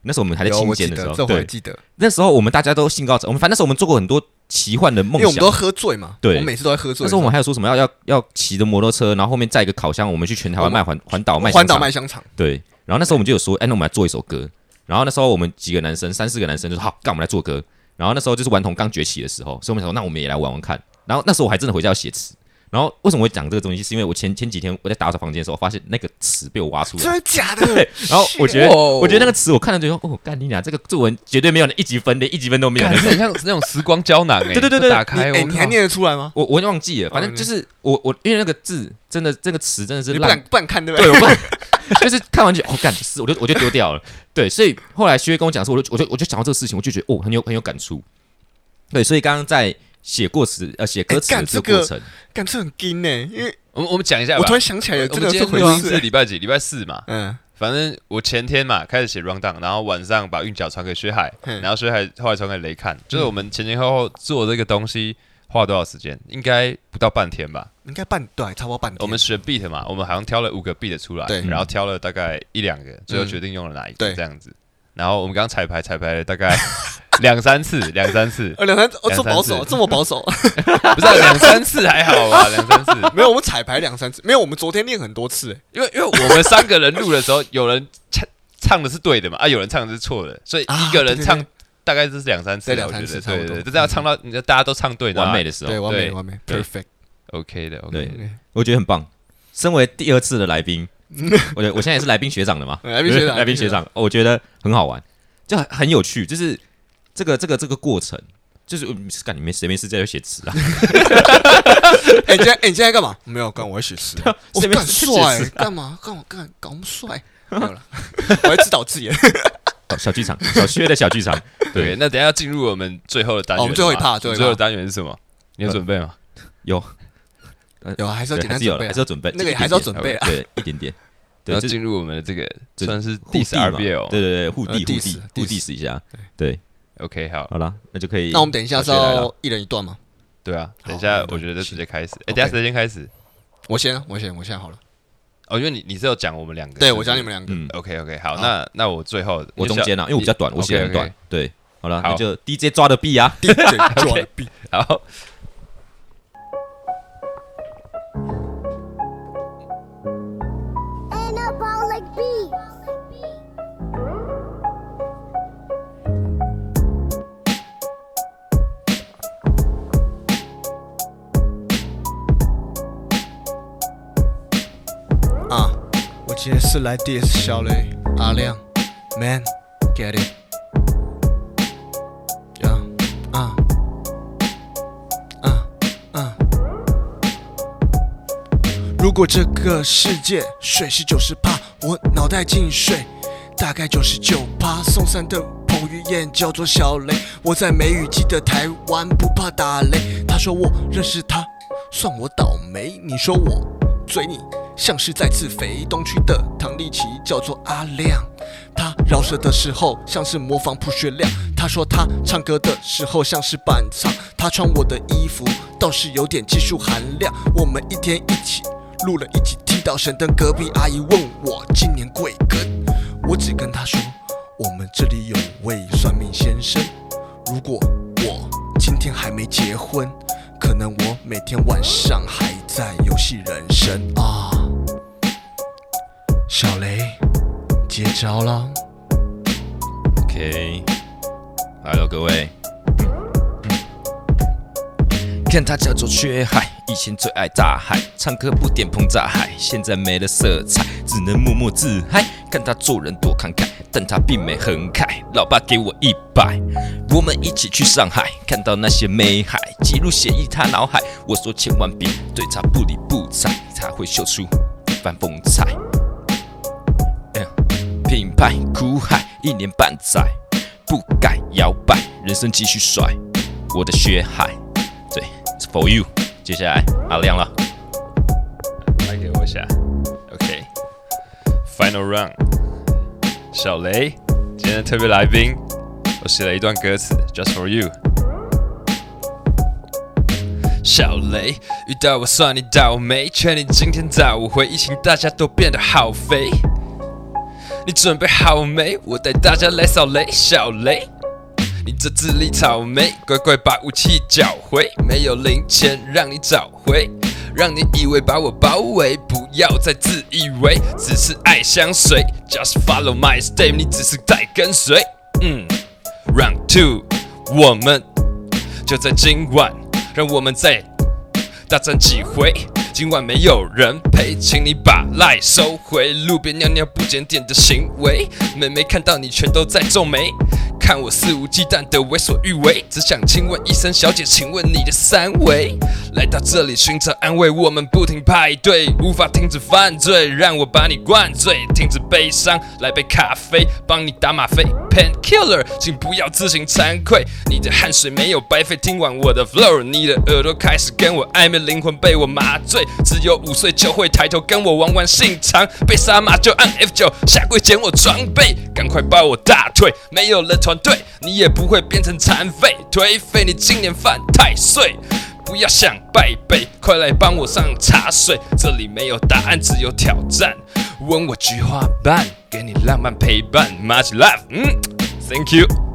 C: 那时候我们还在
B: 有
C: 清
B: 我记
C: 简的
B: 得
C: 时，候，
B: 这我还
C: 对，
B: 记得，
C: 那时候我们大家都兴高采，我们反正那时候我们做过很多奇幻的
B: 因
C: 梦
B: 为我们
C: 想
B: 都。喝醉嘛，
C: 对
B: 我每次都在喝醉
C: 那
B: 的
C: 时
B: 时
C: 候
B: 候，
C: 我们还有说什么要要要骑着摩托车，然后后面载一个烤箱，我们去全台湾卖环环岛卖
B: 环岛
C: 香肠
B: 卖香肠，
C: 对，然后那时候我们就有说，哎、那我们来做一首歌。然后那时候我们几个男生，三四个男生就说好，干，我们来做歌。然后那时候就是顽童刚崛起的时候，所以我们想说，那我们也来玩玩看。然后那时候我还真的回家要写词。然后为什么会讲这个东西？是因为我前前几天我在打扫房间的时候，发现那个词被我挖出
B: 真
C: 来。
B: 的假的？
C: 对， 然后我觉得，
A: 哦
C: 我觉得那个词我看了就说，哦，干你俩这个作文绝对没有人一级分，连一级分都没有
A: 感。觉很像那种时光胶囊哎，
C: 对对对对
A: 就打
B: 你
A: 开
B: 哎、
A: 我
B: 你还
A: 靠。
B: 念得出来吗？
C: 我我忘记了，反正
B: 哦
C: 就是我我因为那个字真的这个词真的是
B: 你不
C: 烂
B: 敢不敢看对不
C: 对，
B: 对？
C: 我不 就是看完就哦，干是，我就我就丢掉了。对，所以后来薛跟我讲说，我就我就我就想到这个事情，我就觉得哦，很有很有感触。对，所以刚刚在写过词呃写歌词的
B: 哎干
C: 这
B: 这
C: 个过
B: 个
C: 程，
B: 感觉很惊呢、因为
A: 我们我们讲一下吧。
B: 我突然想起来有
A: 啊我
B: 真
A: 们
B: 的
A: 今
B: 这
A: 天
B: 回
A: 录音
B: 事、
A: 是礼拜几？礼拜四嘛。
B: 嗯，
A: 反正我前天嘛开始写 round down，然后晚上把韵脚传给薛海，
B: 嗯
A: 然后薛海后来传给雷看。就是我们前前后后做这个东西花了多少时间？应该不到半天吧。
B: 应该半对，差不多半天。
A: 我们选 beat 嘛，我们好像挑了五个 beat 出来，
B: 对嗯
A: 然后挑了大概一两个，最后决定用了哪一个
B: 对
A: 这样子。然后我们刚刚彩排彩排了大概 两三次，两三次，
B: 呃两三哦这么保
A: 两三
B: 守，
A: 次
B: 这么保守，
A: 不是啊两、三次还好 吧，两三次，
B: 没有我们彩排两三次，没有我们昨天练很多次、欸
A: 因为因为我们三个人录的时候，有人唱唱的是对的嘛，啊，有人唱的是错的，所以一个人
B: 啊对对
A: 唱
B: 对
A: 大概就是两三次
B: 对
A: 啊，
B: 两
A: 我
B: 三
A: 觉
B: 次
A: 得对
B: 差不
A: 对，
B: 多嗯
A: 就这样唱到你知道大家都唱对的啊，
C: 完美的时
B: 对，
C: 候，
B: 完美
A: 对
B: 完美
A: 对
B: ，perfect。
A: ，OK 的，OK
C: 对
A: 的。
C: 我觉得很棒。身为第二次的来宾，我觉得我现在也是来宾学长了嘛，
B: 来宾学长
C: 来宾学长，哦我觉得很好玩，就很很有趣，就是这个这个这个过程。就是嗯干你们谁没事在这写词啊？
B: 哎、你今天哎、你今天在干嘛？没有干，我在写诗。我
C: 随便
B: 干
C: 写
B: 帅
C: 诗
B: 干嘛干我干搞我们帅。没有了，我在自导自演。
C: 哦小剧场，小薛的小剧场。
A: 对，那等一下要进入我们最后的单元
B: 哦
A: 了嘛，
B: 我们最后一趴最后一趴呃
A: 最后的单元是什么？你有准备吗？
C: 有，
B: 有啊还是要
C: 对，
B: 简
C: 还
B: 单
C: 是有
B: 准
C: 了，
B: 备
C: 还
B: 啊
C: 是。要准备，
B: 那个
C: 一点
B: 还是要
C: 点
B: 准备啊
C: 对，一点点。对，
A: 要
C: 就是
A: 进入我们的这个
C: 这
A: 算是
C: 互
A: 第
C: 地
A: 十
C: 嘛
A: 二遍哦。
C: 对对对，互
B: 呃
C: 地互
B: diss，
C: 地互
B: diss
C: diss 一下。
A: ，OK，好，
C: 好啦，那就可以。
B: 那我们等一下是
C: 小薛来
B: 要
C: 了
B: 一人一段吗？
A: 对啊，
B: 好
A: 等一下
B: 好，
A: 我觉得直接开始。
B: OK
A: 哎，等一下谁先开始？
B: 我先啊，我先，我先好了。
A: 哦，因为你你是有讲我们两个，
B: 对，我讲你们两个。
C: 嗯，
A: OK OK，好，
B: 好
A: 那那我最后
C: 我中间啊，因为我比较短，我写的很
A: OK，OK
C: 短。对，好了，那
A: 好
C: 就 DJ 抓的币啊。
B: 第一卷抓了 B，
A: 好，
E: Anabolic beat.
B: 啊，我今天是来 diss 小雷阿亮，man get it，呀啊啊啊！如果这个世界水是九十趴，我脑袋进水大概九十九趴。松山的彭于晏叫做小雷，我在梅雨季的台湾不怕打雷。他说我认识他，算我倒霉。你说我嘴你像是在自肥。东区的唐立奇叫做阿亮，他饶舌的时候像是模仿朴学亮。他说他唱歌的时候像是伴唱，他穿我的衣服倒是有点技术含量。我们一天一起录了一起听到神灯，隔壁阿姨问我今年贵庚，我只跟她说我们这里有位算命先生，如果我今天还没结婚，可能我每天晚上还在游戏人生啊。小雷，接招了。
C: OK，Hello 各位。看他叫做缺海，以前最爱大海，唱歌不点捧炸海，现在没了色彩，只能默默自嗨。看他做人多慷慨，但他并没很慨。老爸给我一百，我们一起去上海，看到那些美海，记录写意他脑海。我说千万别对他不理不睬，他会秀出一番风采。哎呀品牌苦海一年半载，不改摇摆，人生继续甩我的血海。对，It's for you。接下来阿亮了，
A: 来给我一下。OK，Final、Round，小雷，今天的特别来宾，我写了一段歌词，Just for you。小雷遇到我算你倒霉，劝你今天早回，疫情大家都变得好肥。你准备好没？我带大家来扫雷，小雷。你这智力草莓，乖乖把武器缴回，没有零钱让你找回，让你以为把我包围，不要再自以为只是爱相随，Just follow my step，你只是在跟随。嗯，Round two，我们就在今晚，让我们再大战几回。今晚没有人陪，请你把赖收回。路边尿尿不检点的行为，每每看到你全都在皱眉，看我肆无忌惮的为所欲为。只想亲问医生小姐，请问你的三围？来到这里寻找安慰，我们不停派对，无法停止犯罪，让我把你灌醉，停止悲伤，来杯咖啡，帮你打吗啡。Pen killer，请不要自行惭愧，你的汗水没有白费。听完我的 flow，你的耳朵开始跟我暧昧，灵魂被我麻醉。只有五岁就会抬头跟我玩玩性长，被杀马就按 F 九，下跪捡我装备，赶快抱我大腿。没有了团队，你也不会变成残废，颓废。你今年犯太岁。不要想败北，快来帮我上茶水。这里没有答案，只有挑战。吻我菊花瓣，给你浪漫陪伴。Much love，嗯，Thank you。